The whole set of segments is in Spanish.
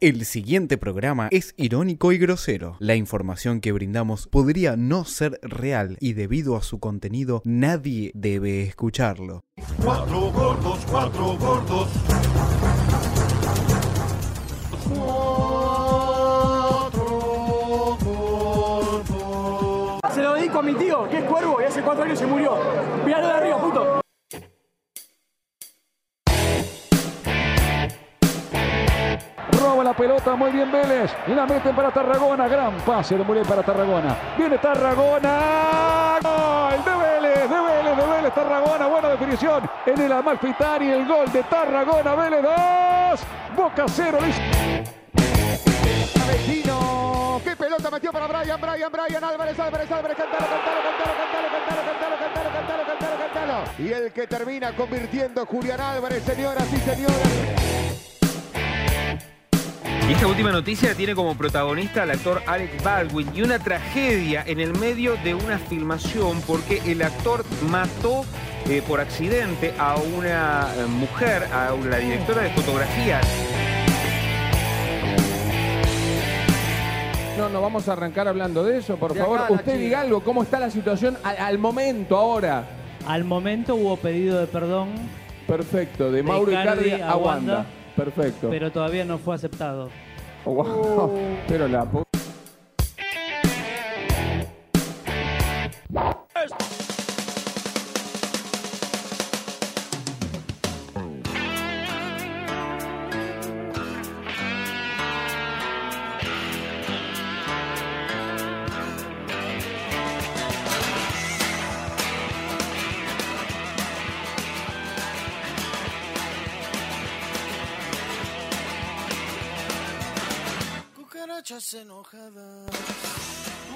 El siguiente programa es irónico y grosero. La información que brindamos podría no ser real y debido a su contenido nadie debe escucharlo. Cuatro gordos, cuatro gordos. Se lo dedico a mi tío, que es cuervo y hace cuatro años se murió. Miralo de arriba, puto. Roba la pelota, muy bien Vélez. Y la meten para Tarragona. Gran pase de Muriel para Tarragona. Viene Tarragona. Gol de Vélez, de Vélez, de Vélez, Tarragona. Buena definición en el Amalfitari. El gol de Tarragona. Vélez 2. Boca 0. Vecino. Qué pelota metió para Brian, Brian, Brian. Álvarez, Álvarez, Álvarez. Cantalo, cantalo, cantalo, cantalo, cantalo, cantalo, cantalo, cantalo, cantalo, cantalo. Y el que termina convirtiendo Julián Álvarez, señoras y señores. Y esta última noticia tiene como protagonista al actor Alec Baldwin y una tragedia en el medio de una filmación porque el actor mató eh, por accidente a una eh, mujer, a la directora de fotografía. No, no vamos a arrancar hablando de eso, por De favor. acá a la Usted China. diga algo, ¿cómo está la situación al, al momento ahora? Al momento hubo pedido de perdón, Perfecto, de Mauro Icardi Icardi a a Wanda. Wanda. Perfecto. pero todavía no fue aceptado. Wow, Uh. Pero la pu-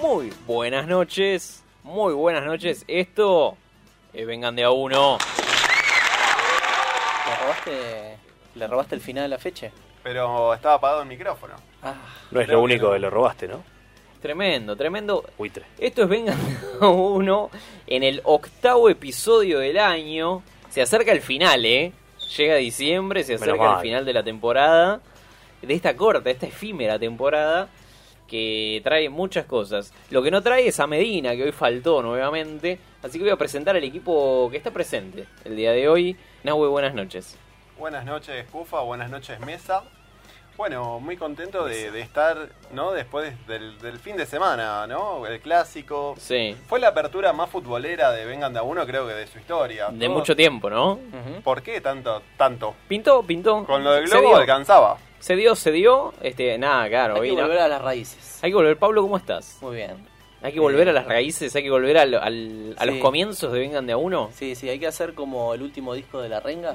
Muy buenas noches, muy buenas noches. Esto eh, vengan de a uno. ¿Le robaste, ¿Le robaste el final de la fecha? Pero estaba apagado el micrófono. Ah, No es Creo lo que único no. que le robaste, ¿no? Tremendo, tremendo. Buitre. Esto es Vengan de a uno en el octavo episodio del año. Se acerca el final, ¿eh? Llega diciembre, se Menos acerca el mal. final de la temporada. De esta corta, esta efímera temporada que trae muchas cosas. Lo que no trae es a Medina, que hoy faltó nuevamente. Así que voy a presentar al equipo que está presente el día de hoy. Nahue, buenas noches. Buenas noches, Cufa. Buenas noches, Mesa. Bueno, muy contento de, de estar, ¿no? Después del, del fin de semana, ¿no? El clásico. Sí. Fue la apertura más futbolera de Vengan de a uno, creo que de su historia. De Todos- mucho tiempo, ¿no? ¿Por qué tanto? tanto? Pintó, pintó. Con lo del Se globo dio. alcanzaba. Se dio, se dio. Este, nada, claro. Hay que vino- volver a las raíces. Hay que volver. Pablo, ¿cómo estás? Muy bien. Eh, Hay que volver a las raíces, hay que volver al- al- a los Sí. comienzos de Vengan de a uno. Sí, sí, hay que hacer como el último disco de La Renga.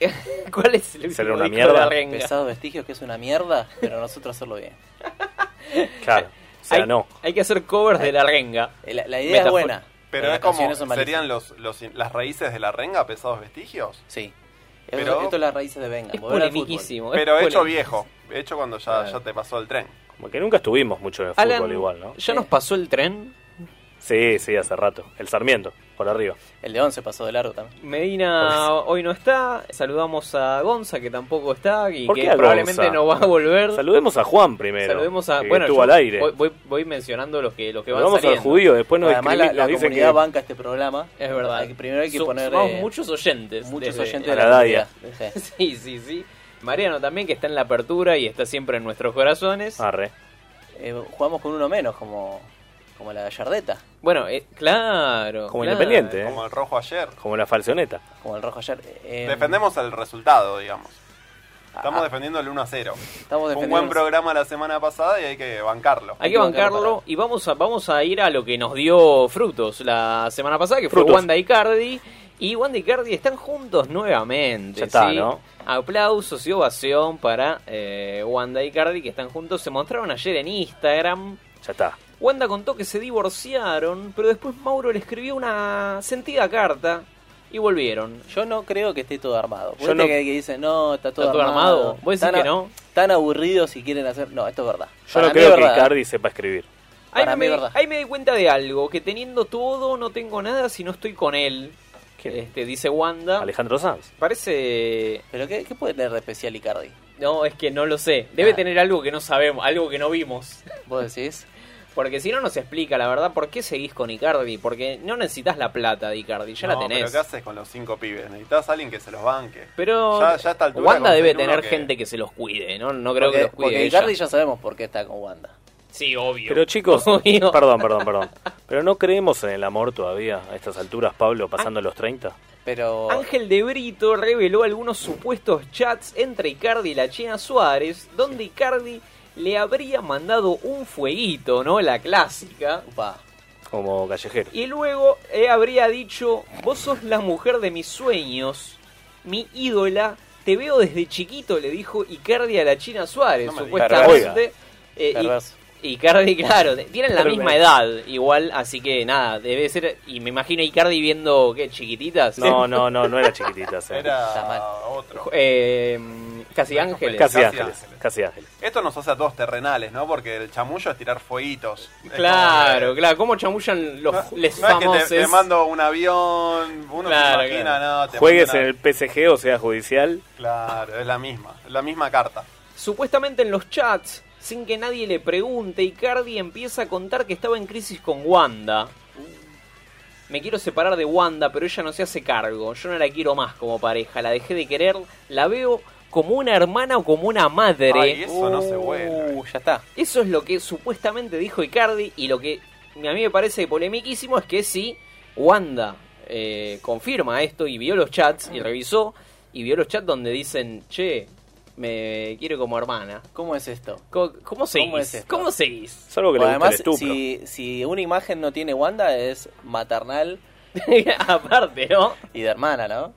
¿Cuál es el Será último una disco de mierda. la renga? Pesados Vestigios, que es una mierda, pero nosotros hacerlo bien. Claro. O sea, hay, no. hay que hacer covers de la renga. Eh, La, la idea Metafor- es buena. Pero las es como, canciones son malísimas. ¿serían los, los- las raíces de la renga, pesados vestigios? Sí. Pero- Esto, esto es las raíces de Venga. Es volver al fútbol. polemiquísimo. es Pero hecho polémico. viejo, hecho cuando ya, Claro. ya te pasó el tren. Como que nunca estuvimos mucho en el fútbol Alan, igual, ¿no? ¿ya nos pasó el tren? Sí, sí, hace rato. El Sarmiento, por arriba. El de 11 pasó de largo también. Medina hoy no está. Saludamos a Gonza, que tampoco está y ¿Por que qué a probablemente Gonza? no va a volver. Saludemos a Juan primero. Saludemos a. que bueno, estuvo yo al aire. Voy, voy- voy mencionando los que, los que van Saludamos al saliendo. judío, después nos, Además, la, escribí- la nos dicen comunidad que banca este programa. Es verdad. Hay que- primero hay que Su- poner sumamos eh, muchos oyentes. muchos desde- oyentes a de la, la Daia. comunidad. Sí. Sí, sí, sí. Mariano también, que está en la apertura y está siempre en nuestros corazones. Arre. Eh, jugamos con uno menos, como, como la gallardeta, Bueno, eh, claro. Como claro. independiente, ¿eh? Como el rojo ayer. Como la falsioneta. como el rojo ayer. Eh, Defendemos el resultado, digamos. Estamos ah, defendiendo el 1 a 0. estamos Fue un defendiendo- buen programa la semana pasada y hay que bancarlo. Hay que bancarlo y vamos a, vamos a ir a lo que nos dio frutos la semana pasada, que fue Frutos. Wanda Icardi. Y Wanda y Cardi están juntos nuevamente. Ya está, ¿sí? ¿no? Aplausos y ovación para eh, Wanda y Cardi, que están juntos. Se mostraron ayer en Instagram. Ya está. Wanda contó que se divorciaron, pero después Mauro le escribió una sentida carta y volvieron. Yo no creo que esté todo armado. Yo Yo no- que, que dicen, no, está todo, ¿Está todo armado? ¿Vos decís Tan que a- no? Tan aburridos si quieren hacer. No, esto es verdad. Yo Para no mí creo es que verdad. Icardi sepa escribir. Ahí Para me, mí, verdad. ahí me di cuenta de algo, que teniendo todo no tengo nada si no estoy con él. ¿Quién? Este, dice Wanda. Alejandro Sanz. Parece... Pero ¿qué, qué puede tener de especial Icardi? No, es que no lo sé. Debe tener algo que no sabemos, algo que no vimos. ¿Vos decís? Porque si no nos explica, la verdad, por qué seguís con Icardi. Porque no necesitas la plata de Icardi, ya No, la tenés. Pero ¿qué haces con los cinco pibes? Necesitas a alguien que se los banque. Pero Ya- ya a esta altura Wanda debe conseguir uno tener que- gente que se los cuide, ¿no? No creo porque, que los cuide. Porque ella. Icardi ya sabemos por qué está con Wanda. Sí, obvio. Pero chicos, perdón, perdón, perdón. Pero no creemos en el amor todavía a estas alturas, Pablo, Ah. pasando los 30. Pero Ángel de Brito reveló algunos supuestos chats entre Icardi y la China Suárez, donde Icardi le habría mandado un fueguito, ¿no? La clásica. Como callejero. Y luego eh, habría dicho, vos sos la mujer de mis sueños, mi ídola, te veo desde chiquito, le dijo Icardi a la China Suárez, me digas. supuestamente. Perverso. Eh, y- Perverso. Icardi, claro, tienen la Perverso. misma edad, igual, así que nada, debe ser, y me imagino Icardi viendo, ¿qué? Chiquititas. No, no, no, no era chiquitita. ¿eh? Era otro. Eh, casi ángeles. Casi ángeles, casi ángeles. Esto nos hace a todos terrenales, ¿no? Porque el chamullo es tirar fueguitos. Es Claro, claro, ¿cómo chamullan los les como- no es famosos? que te, te mando un avión, uno Claro, se imagina, claro. no, te Juegues mando en una- el PSG o sea judicial. Claro, es la misma, es la misma carta. Supuestamente en los chats, sin que nadie le pregunte, Icardi empieza a contar que estaba en crisis con Wanda. Me quiero separar de Wanda, pero ella no se hace cargo. Yo no la quiero más como pareja. La dejé de querer. La veo como una hermana o como una madre. Uh. Ay, eso no se vuelve. ya está. Eso es lo que supuestamente dijo Icardi y lo que a mí me parece polemiquísimo es que si Wanda eh, confirma esto y vio los chats y revisó y vio los chats donde dicen, che, me quiero como hermana. ¿Cómo es esto? Co- ¿Cómo, seguís? ¿Cómo, es esto? seguís? Salvo O además, si, si una imagen no tiene Wanda es maternal Aparte, ¿no? y de hermana, ¿no?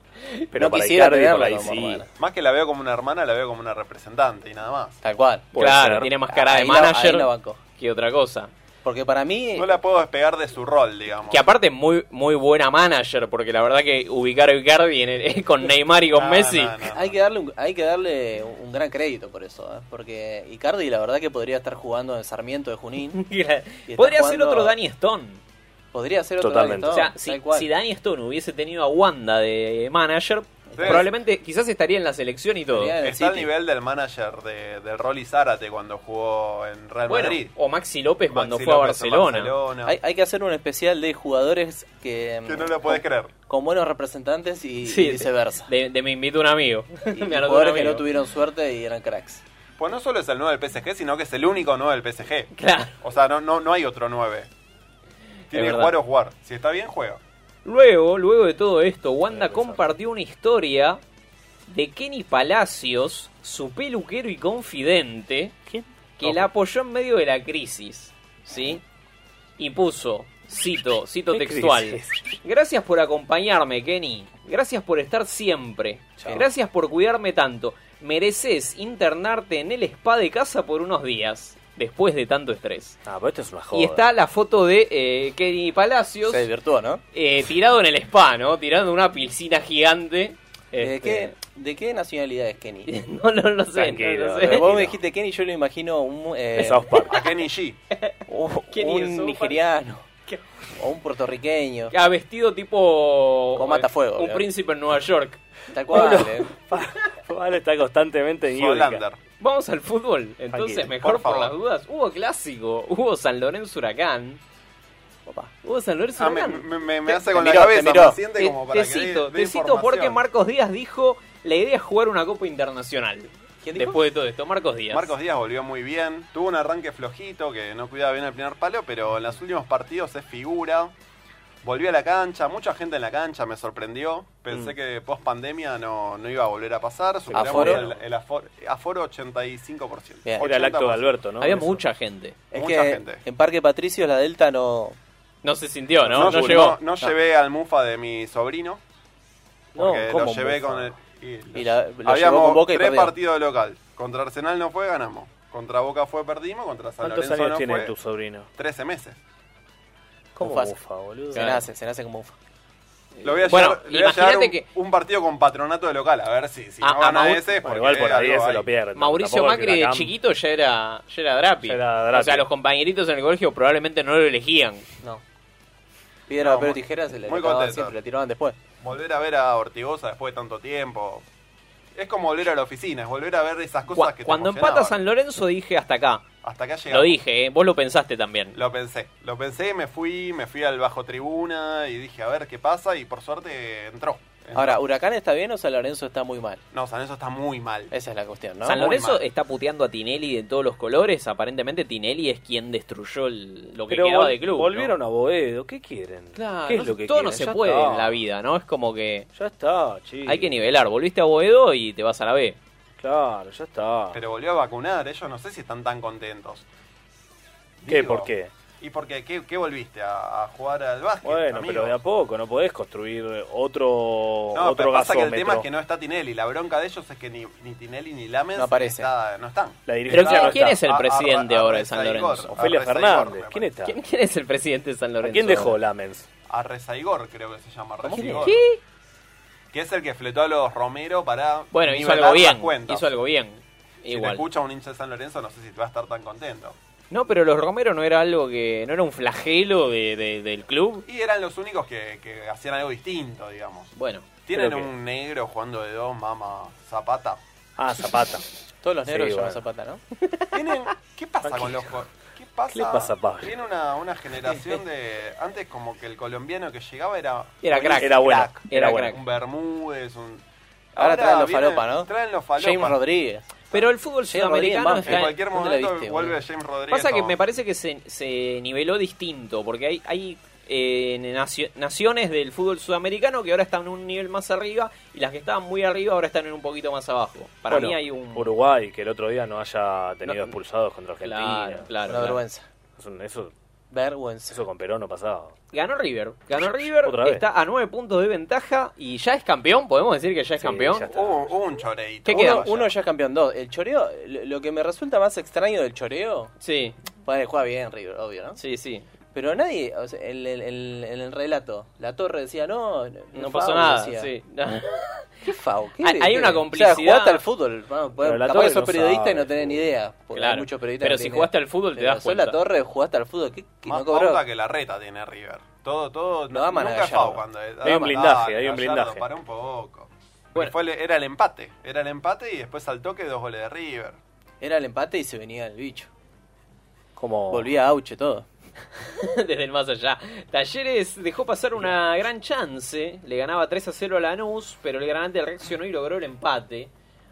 Pero no para quisiera Icardi, tenerla por ahí como sí. hermana. Más que la veo como una hermana, la veo como una representante y nada más. Tal cual. Puede Claro, ser. tiene más cara de Ahí la- manager ahí la banco. que otra cosa. Porque para mí... No la puedo despegar de su rol, digamos. Que aparte es muy, muy buena manager, porque la verdad que ubicar a Icardi en el- con Neymar Ah, y con Messi. Hay que darle un, hay que darle un un gran crédito por eso, ¿eh? porque Icardi la verdad que podría estar jugando en Sarmiento de Junín. Y está Podría ser jugando- otro Danny Stone. Podría ser otro Totalmente. Danny Stone, o sea, si, tal cual. si Danny Stone hubiese tenido a Wanda de manager, probablemente quizás estaría en la selección y todo. Está al nivel del manager de, de Rolly Zárate cuando jugó en Real Bueno, Madrid. o Maxi López cuando Maxi fue López a en Barcelona. Barcelona. Hay, hay que hacer un especial de jugadores que... mm, Que no lo podés con- creer. Con buenos representantes y, Sí, y viceversa. De, de me invito un amigo. Me Y anotó un jugadores que amigo. no tuvieron suerte y eran cracks. Pues no solo es el 9 del PSG, sino que es el único 9 del PSG. Claro. O sea, no, no, no hay otro 9. Tiene que verdad. jugar o jugar. Si está bien, juega. Luego, luego de todo esto, Wanda compartió una historia de Kenny Palacios, su peluquero y confidente, que la apoyó en medio de la crisis, ¿sí? Y puso, cito, cito ¿Qué textual, crisis? gracias por acompañarme, Kenny, gracias por estar siempre, gracias por cuidarme tanto, mereces internarte en el spa de casa por unos días, después de tanto estrés. Ah, pero esto es una Y está la foto de eh, Kenny Palacios. Se divirtió, ¿no? Eh, tirado en el spa, ¿no? Tirando una piscina gigante. ¿De, Este, qué, ¿De qué nacionalidad es Kenny? No, no lo sé, Tranquilo, no lo sé. Pero tranquilo. vos me dijiste Kenny, yo lo imagino un... eh, Es South Park. A Kenny G. un- Kenny de South un Park. nigeriano. O un puertorriqueño. Ah, vestido tipo. Con matafuego, Un obviamente. príncipe en Nueva York. Oh, Tal cual, Pablo. eh. Vale, está constantemente en Utica. Vamos al fútbol. Entonces, Tranquilo, mejor por por, favor. las dudas. Hubo clásico. Hubo San Lorenzo Huracán. Hubo San Lorenzo Ah, me, Huracán. me- me- me Te- hace te con miró, la te cabeza. miró. me siente Te- como para te que dé- dé cito, te cito información. porque Marcos Díaz dijo: La idea es jugar una Copa Internacional. dijo? Después de todo esto, Marcos Díaz. Marcos Díaz volvió muy bien. Tuvo un arranque flojito que no cuidaba bien el primer palo, pero en los últimos partidos es figura. Volvió a la cancha, mucha gente en la cancha me sorprendió. Pensé Mm. que post pandemia no, no iba a volver a pasar. Superamos ¿Aforo? el, el aforo, aforo 85%. Bien. 80%. Había mucha gente. Es Mucha que gente. en Parque Patricio la Delta no... No se sintió, ¿no? No, No, no- llegó. no llevé al Mufa de mi sobrino. Porque ¿cómo lo llevé Mufa? con el. y lo- Y la- lo llevó habíamos con Boca y tres perdió. partidos de local. Contra Arsenal no fue, ganamos. Contra Boca fue, perdimos. Contra San ¿Cuántos Lorenzo años no tiene fue, tu sobrino? 13 meses. ¿Cómo Mufasa. Mufa, boludo? Ah, Se nace, se nace como Mufa. Lo voy a Bueno, llevar, le voy a llevar imagínate un, un partido con patronato de local. A ver si, si A- no a gana Maur- ese. es Bueno, porque igual por ahí algo se hay. lo pierde. Mauricio Tampoco es que Macri de Huracán- chiquito ya era, ya era Drapi. Ya era Drapi. O sea, los compañeritos en el colegio probablemente no lo elegían. No. Piedra, No, papel o muy- tijera se le muy acababan contento. siempre, le tiraban después. Volver a ver a Ortigosa después de tanto tiempo. Es como volver a la oficina, es volver a ver esas cosas Cua- que te Cuando empata emocionaban. San Lorenzo dije hasta acá. Hasta acá llegamos. Lo dije, ¿eh? vos lo pensaste también. Lo pensé, lo pensé, me fui, me fui al bajo tribuna y dije a ver qué pasa y por suerte entró. Entró. Ahora, ¿Huracán está bien o San Lorenzo está muy mal? No, San Lorenzo está muy mal. Esa es la cuestión, ¿no? San Muy Lorenzo mal. está puteando a Tinelli de todos los colores. Aparentemente Tinelli es quien destruyó el- lo que Pero quedaba vol- de club. volvieron a Boedo, ¿qué quieren? Claro, ¿Qué es no- lo que todo no quieren? se Ya puede está. en la vida, ¿no? Es como que Ya está, chicos. hay que nivelar. Volviste a Boedo y te vas a la B. Claro, ya está. Pero volvió a vacunar, ellos no sé si están tan contentos. ¿Qué? Digo, ¿Por qué? ¿Y por qué? ¿Qué, qué volviste? ¿A, a jugar al básquet? Bueno, amigo? pero de a poco, no podés construir otro, No, otro pero pasa que gasómetro. el tema es que no está Tinelli. La bronca de ellos es que ni, ni Tinelli ni Lames No aparece. está- no están. La Pero dirigencia ¿quién, no quién está. es el A- a- presidente a- ahora a de San Rezaigor. Lorenzo? Ofelia A Rezaigor, Fernández, me ¿quién está? ¿Quién, quién es el presidente de San ¿A Lorenzo? quién dejó Lamens? A Rezaigor creo que se llama. Rezaigor. ¿Qué? Que es el que fletó a los Romero para Bueno, hizo nivelar las algo bien. cuentas. Hizo algo bien. Si te Igual. escucha un hincha de San Lorenzo, no sé si te va a estar tan contento. No, pero los Romero no era algo que. no era un flagelo de- de- del club. Y eran los únicos que, que hacían algo distinto, digamos. Bueno, Tienen Creo que- un negro jugando de dos, mama, zapata. Ah, Zapata. Todos los negros Sí, llevan bueno. zapata, ¿no? Tienen, ¿Qué pasa con los co- ¿Qué pasa? ¿Qué le pasa a Pablo? Tiene una, una generación de. Antes, como que el colombiano que llegaba era. Era buenísimo, crack. Era bueno. Era Era bueno. crack. Un Bermúdez, un. Ahora traen los vienen- falopa, ¿no? Traen los James falopa. Rodríguez. Pero el fútbol Sí, Rodríguez, sudamericano Banfield. está En cualquier ¿Dónde la momento viste, vuelve boludo? James Rodríguez. Pasa que como- me parece que se, se niveló distinto, porque hay, hay eh, nacio- naciones del fútbol sudamericano que ahora están un nivel más arriba y las que estaban muy arriba ahora están en un poquito más abajo. Para Bueno, mí hay un... Uruguay, que el otro día no haya tenido No- expulsados contra Argentina. Claro, claro, Una claro. vergüenza. Es un- Eso, Vergüenza. eso con Perón no pasaba. Ganó River. Ganó River, Otra vez. está a nueve puntos de ventaja y ya es campeón, podemos decir que ya es Sí, campeón. ya está. Hubo, hubo un choreito. ¿Qué Hubo queda? una Uno, valla. uno ya es campeón. Dos, el choreo, lo lo que me resulta más extraño del choreo, Sí, bueno, juega bien River, obvio, ¿no? sí, sí. Pero nadie, o sea, en el, el- en el relato, la torre decía, no, no, No fau, pasó nada. decía. Sí. ¿Qué fau? ¿Qué- Hay- hay qué? una O sea, complicidad. jugaste al fútbol, bueno, Pero la capaz que torre sos no periodista sabe y no tenés de ni idea, porque Claro, hay muchos periodistas pero que si tienen- jugaste al fútbol te Pero das sos la cuenta. torre, jugaste al fútbol, ¿qué, qué Más no cobró? pauta que la reta tiene River. Todo, todo. Lo aman a nunca es Gallardo. foul cuando es- Hay un aman- blindaje, ah, hay Gallardo, un blindaje. Para un poco. Bueno. Bueno. Fue, el- era el empate. Era el empate y después al toque dos goles de River. Era el empate y se venía el bicho. Oh. Como... Volvía Auche todo. desde el más allá. Talleres dejó pasar una gran chance, le ganaba 3 a 0 a Lanús, pero el Granate reaccionó y logró el empate.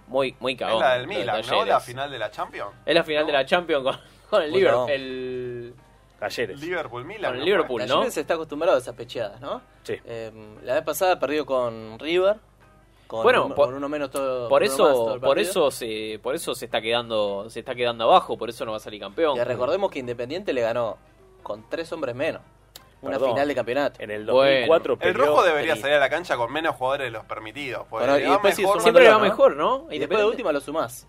Muy, muy es cagón. la del lo de Milan, ¿no? Talleres. La final de la Champions. Es la final de la Champions con, con el Muy Liverpool. cagón. el- Talleres. Liverpool-Milan. Con el ¿no? Liverpool. Cool, ¿no? Talleres se está acostumbrado a esas pecheadas, ¿no? Sí. Eh, la vez pasada perdió con River. Con Bueno, un- por- con uno menos todo. Por con uno más todo eso, el por partido. eso se, por eso se está quedando, se está quedando abajo, por eso no va a salir campeón. Ya recordemos que Independiente le ganó con tres hombres menos. Una Perdón. final de campeonato. En el Bueno. 2004 El peleó- rojo debería tenía. salir a la cancha con menos jugadores de los permitidos. porque Bueno, le y va después mejor- hizo Siempre le va Manolo, ¿no? mejor, Y ¿no? después de Independiente- última lo sumás.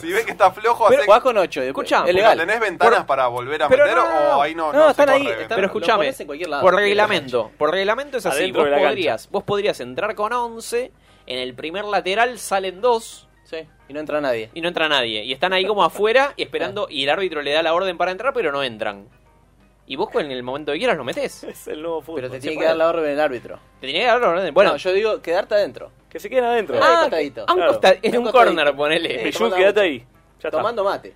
Si ves que está flojo, Pero hace... jugás con ocho. Escuchá, es Pero legal. ¿Tenés ventanas para volver a Pero meter no, no, no. o ahí no? No, se están corre ahí, venta? están- Pero Lo escúchame, pones en cualquier lado. por Dentro de la reglamento, por reglamento es así. Adentro Vos de la cancha. podrías, vos podrías entrar con 11, en el primer lateral salen dos Sí, y no entra nadie. y no entra nadie. Y están ahí como afuera y esperando, y el árbitro le da la orden para entrar, pero no entran. Y vos en el momento que quieras lo metés. Es el nuevo fútbol. Pero te Se tiene que puede. dar la orden el árbitro. Te tenía que dar la orden. Bueno, No, yo digo quedarte adentro. Que se queden adentro. Ah, Ah, costadito. a un Claro. costa- en Un un, costadito. corner, ponele. Sí. Pichu, eh, quédate ahí. Ya está. tomando mate.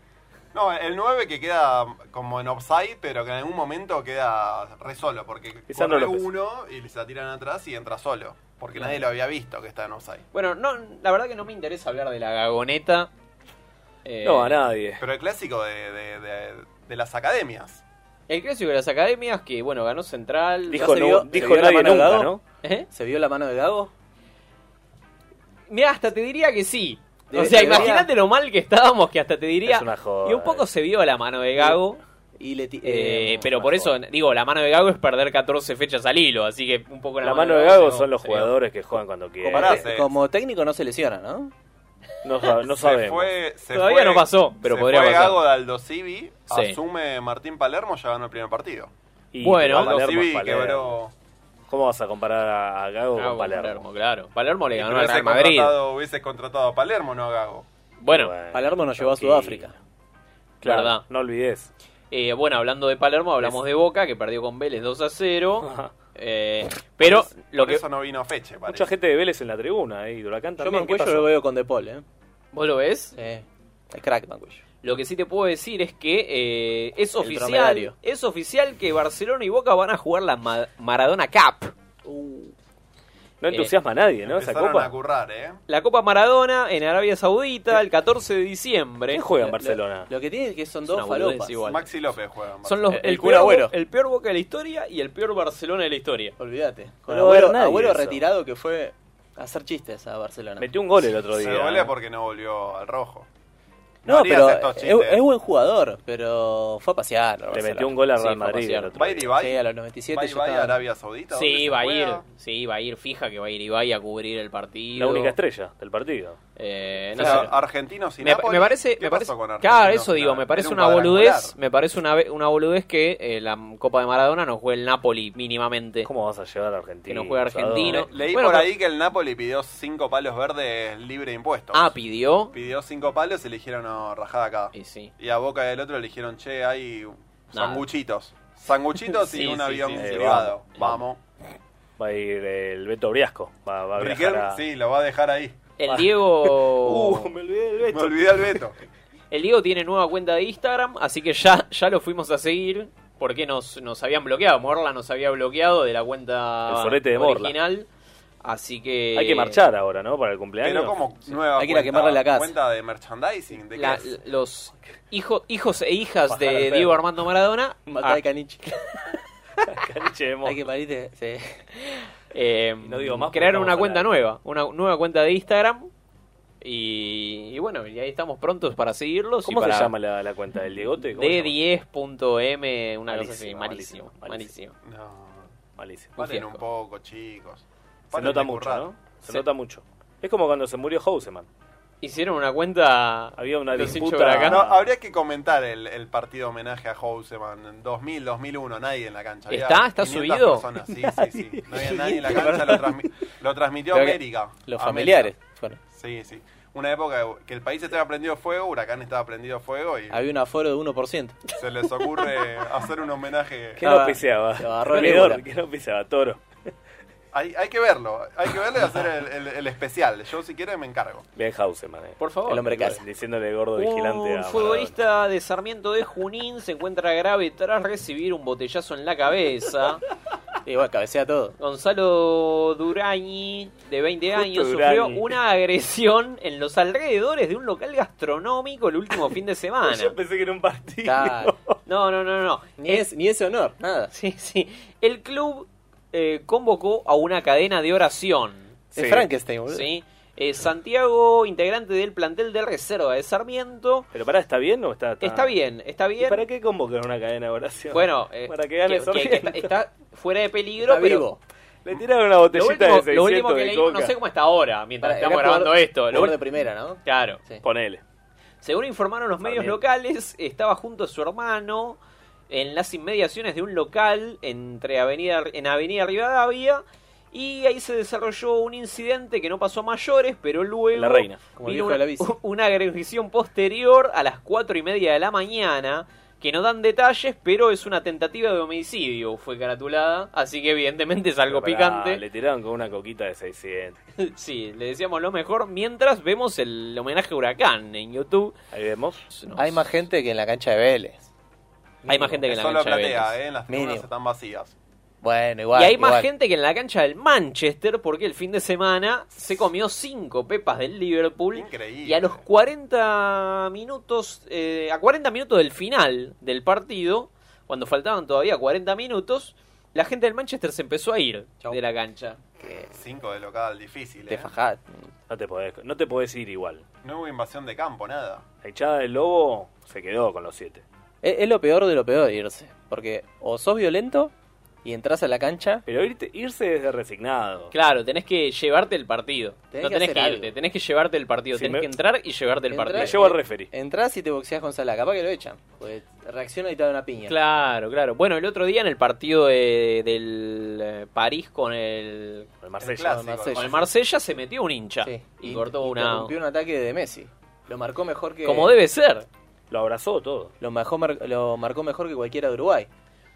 No, el 9 que queda como en offside, pero que en algún momento queda re solo, porque Es Sandro corre López. uno y se la tiran atrás y entra solo, porque nadie lo había visto que está en offside. Bueno, no, la verdad que no me interesa hablar de la gagoneta. Eh, No, a nadie. Pero el clásico de, de- de- de las academias. Eh, El clásico de las academias que, bueno, ganó Central. Dijo- Dijo, se no- vio- dijo se vio la nadie mano de nunca, Gago. ¿no? ¿Eh? ¿Se vio la mano de Gago? Mira, hasta te diría que sí. O Debe- sea, debería- imagínate lo mal que estábamos que hasta te diría. Es una joda, y un poco eh. se vio la mano de Gago. Y le ti- eh, eh, pero por eso, digo, la mano de Gago es perder 14 fechas al hilo. Así que un poco la, La mano de Gago se- Ah, son los se- jugadores que juegan cuando quieren. Como, Comparás, te- eh. como técnico no se lesiona, ¿no? No, sab- no Se sabemos. fue, se Todavía fue- no pasó, pero se podría fue pasar. Gago de Aldo Civi, Sí. asume Martín Palermo, ya ganó el primer partido. Y Bueno. Palermo Aldo es Civi Palermo. quebró. ¿Cómo vas a comparar a a Gago Gago con Palermo? claro. Palermo le Pero ganó al hubiese Real Madrid. contratado- Hubiese contratado a Palermo, no a Gago. Bueno, Palermo nos llevó a Eh, tranquilo. Sudáfrica. Claro, Verdad. no olvides. eh, bueno, hablando de Palermo, hablamos de Boca, que perdió con Vélez 2 a 0. Eh, pero Por eso- lo por que. eso no vino Feche, parece. Mucha gente de Vélez en la tribuna, ¿eh? Y de Huracán Yo también. ¿Qué Mancuello pasó? lo veo con De Paul, ¿eh? ¿Vos lo ves? Es crack, Mancuello. Lo que sí te puedo decir es que eh, es El oficial dromedario. es oficial que Barcelona y Boca van a jugar la Ma- Maradona Cup. No entusiasma a nadie, ¿no? Esa Empezaron copa. a currar, ¿eh? La Copa Maradona en Arabia Saudita el 14 de diciembre. ¿Quién juega en Barcelona? Lo que tiene es que son Es dos una boludez falopas. igual. Maxi López juega. en Son los, El- el, el peor, Kun Agüero. Bo- el peor Boca de la historia y el peor Barcelona de la historia. Olvídate. Con No va a abuelo, haber nadie abuelo eso. retirado que fue a hacer chistes a Barcelona. Metió un gol el otro Se día. duele ¿eh? porque no volvió al rojo. No, harías pero estos es, chistes. es buen jugador, pero fue a pasear. a Le Barcelona. metió un gol a Sí, Real fue a Madrid. pasear. el otro Va a ir día. Sí, Ibai. a los 97 Va ya Ibai a estaba. Arabia Saudita. ¿dónde Sí, se va a ir, juega? sí, va a ir fija que va a ir Ibai a cubrir el partido. La única estrella del partido. Eh, O no sea, sé. Argentinos y me, Nápoles. me parece, ¿Qué pasó me parece- con Argentinos claro, eso y digo, Nápoles? me parece Era una cuadrangular. boludez, me parece una, ve- una boludez que eh, la Copa de Maradona no juegue el Napoli mínimamente, ¿Cómo vas a llevar a Argentina? que eh, no juega argentino. Leí Bueno, por pero- ahí que el Napoli pidió cinco palos verdes libre de impuestos. Ah, pidió. Pidió cinco palos y le dijeron, no, rajada acá. Y sí. Y a boca del otro le dijeron, che, hay Nada. sanguchitos. Sanguchitos y Sí, un sí, avión sí, sí. privado. Vamos. Va a ir el Beto Briasco. Va, va a viajar Riquelme, a- sí, lo va a dejar ahí. El Diego Uh, me olvidé del Me Beto. olvidé al Beto. El Diego tiene nueva cuenta de Instagram, así que ya, ya lo fuimos a seguir. Porque nos, nos habían bloqueado. Morla nos había bloqueado de la cuenta El sorete de Morla. original. Así que. Hay que marchar ahora, ¿no? Para el cumpleaños. Pero como nueva Hay que ir a cuenta- quemarle la casa. cuenta de merchandising. ¿de qué La- es? los hijo- hijos e hijas Bajar al de perro. Diego Armando Maradona. Matar ah, a Caniche. Caniche de Mo- Hay que parirte. Sí. eh, No digo más porque crearon estamos una cuenta al aire. nueva. Una nueva cuenta de Instagram. Y, y bueno, y ahí estamos prontos para seguirlos. y ¿Cómo se para- llama la, la cuenta del Diegote? ¿Cómo se llama? D10.m, una cosa así, Malísimo, malísimo. malísimo, malísimo. malísimo. No. Malísimo. Paren un fiasco. poco, chicos. Se Paren nota de mucho, currar. ¿no? Se Sí. nota mucho. Es como cuando se murió Houseman. Hicieron una cuenta Había una Los hinchas disputa. Huracán. No, habría que comentar el, el partido homenaje a Houseman en 2000, 2001, nadie en la cancha. Había ¿Está? ¿Está 500 subido? personas, Sí, sí, sí. No había nadie en la cancha, lo, transmi- lo transmitió Creo que América. Los América. familiares. fueron. Sí, sí. Una época que el país estaba prendido fuego, Huracán estaba prendido fuego y Había un aforo de 1%. se les ocurre hacer un homenaje. ¿Qué lo piseaba? Lo agarró el Corredor, Ébora. ¿Qué lo piseaba? Toro. Hay, hay que verlo, hay que verlo y hacer el, el- el especial. Yo si quiere me encargo. Bien Houseman, eh. Por favor. El hombre casa. Diciéndole gordo vigilante a. Un futbolista de Sarmiento de Junín se encuentra grave tras recibir un botellazo en la cabeza. Y bueno, cabecea todo. Gonzalo Durañi, de 20 Justo años, sufrió Durañi. una agresión en los alrededores de un local gastronómico el último fin de semana. Maradona. Yo pensé que era un partido. Claro. No, no, no, no. Ni, es, ni ese honor, nada. Sí, sí. El club eh, convocó a una cadena de oración. Es Sí. Frankenstein, boludo. ¿sí? Eh, Santiago, integrante del plantel de reserva de Sarmiento. Pero pará, ¿está bien o está.? Está bien, está bien. Ah. ¿Y para qué convocar una cadena de oración? Bueno, eh, Para que gane Sarmiento. está, está fuera de peligro, Está pero vivo. Le tiraron una lo botellita último, de 600 lo último que de leí, coca. no sé cómo está ahora, mientras Pará, estamos era jugador- grabando esto. Lo jugador de ul- primera, ¿no? Claro. Sí. Ponele. Según informaron los medios Sarmiento. locales, estaba junto a su hermano en las inmediaciones de un local entre avenida, en Avenida Rivadavia y ahí se desarrolló un incidente que no pasó a mayores, pero luego La reina. Como el viejo vino una, de la bici. una agresión posterior a las cuatro y media de la mañana que no dan detalles, pero es una tentativa de homicidio, fue caratulada, así que evidentemente es algo Pará, picante. Le tiraron con una coquita de 600. Sí, le decíamos lo mejor mientras vemos el homenaje a Huracán en YouTube. Ahí vemos. Nos- Hay más gente que en la cancha de Vélez. Hay más gente que en la Solo cancha de platea, Vélez. ¿eh? Las tribunas Mínimo. están vacías. Bueno, igual. y hay más igual. gente que en la cancha del Manchester porque el fin de semana se comió cinco pepas del Liverpool. Increíble. Y a los 40 minutos, eh, a 40 minutos del final del partido, cuando faltaban todavía 40 minutos, la gente del Manchester se empezó a ir Chau. de la cancha. Que Eh, Cinco de local, difícil, te ¿eh? fajás. No te podés, no te podés ir igual. No hubo invasión de campo, nada. La hinchada del lobo se quedó con los siete. Es, es lo peor de lo peor de irse. Porque o sos violento y entras a la cancha. Pero irte- irse desde resignado. Claro, tenés que llevarte el partido. Tenés no que tenés que, hacer algo. irte, tenés que llevarte el partido. Sí, tenés me- que entrar y llevarte el Entrar partido. Me llevo al referee. Entrás y te boxeás con Salah. Capaz que lo echan. Pues reacciona y te da una piña. Claro, claro. Bueno, el otro día en el partido de- del eh, París con el, Con el El Marsella. clásico. Marsella. con el Marsella se metió un hincha Sí. y, cortó una... interrumpió un ataque de Messi. Lo marcó mejor que. Como debe ser. Lo abrazó todo. Lo, majó- mar- lo marcó mejor que cualquiera de Uruguay.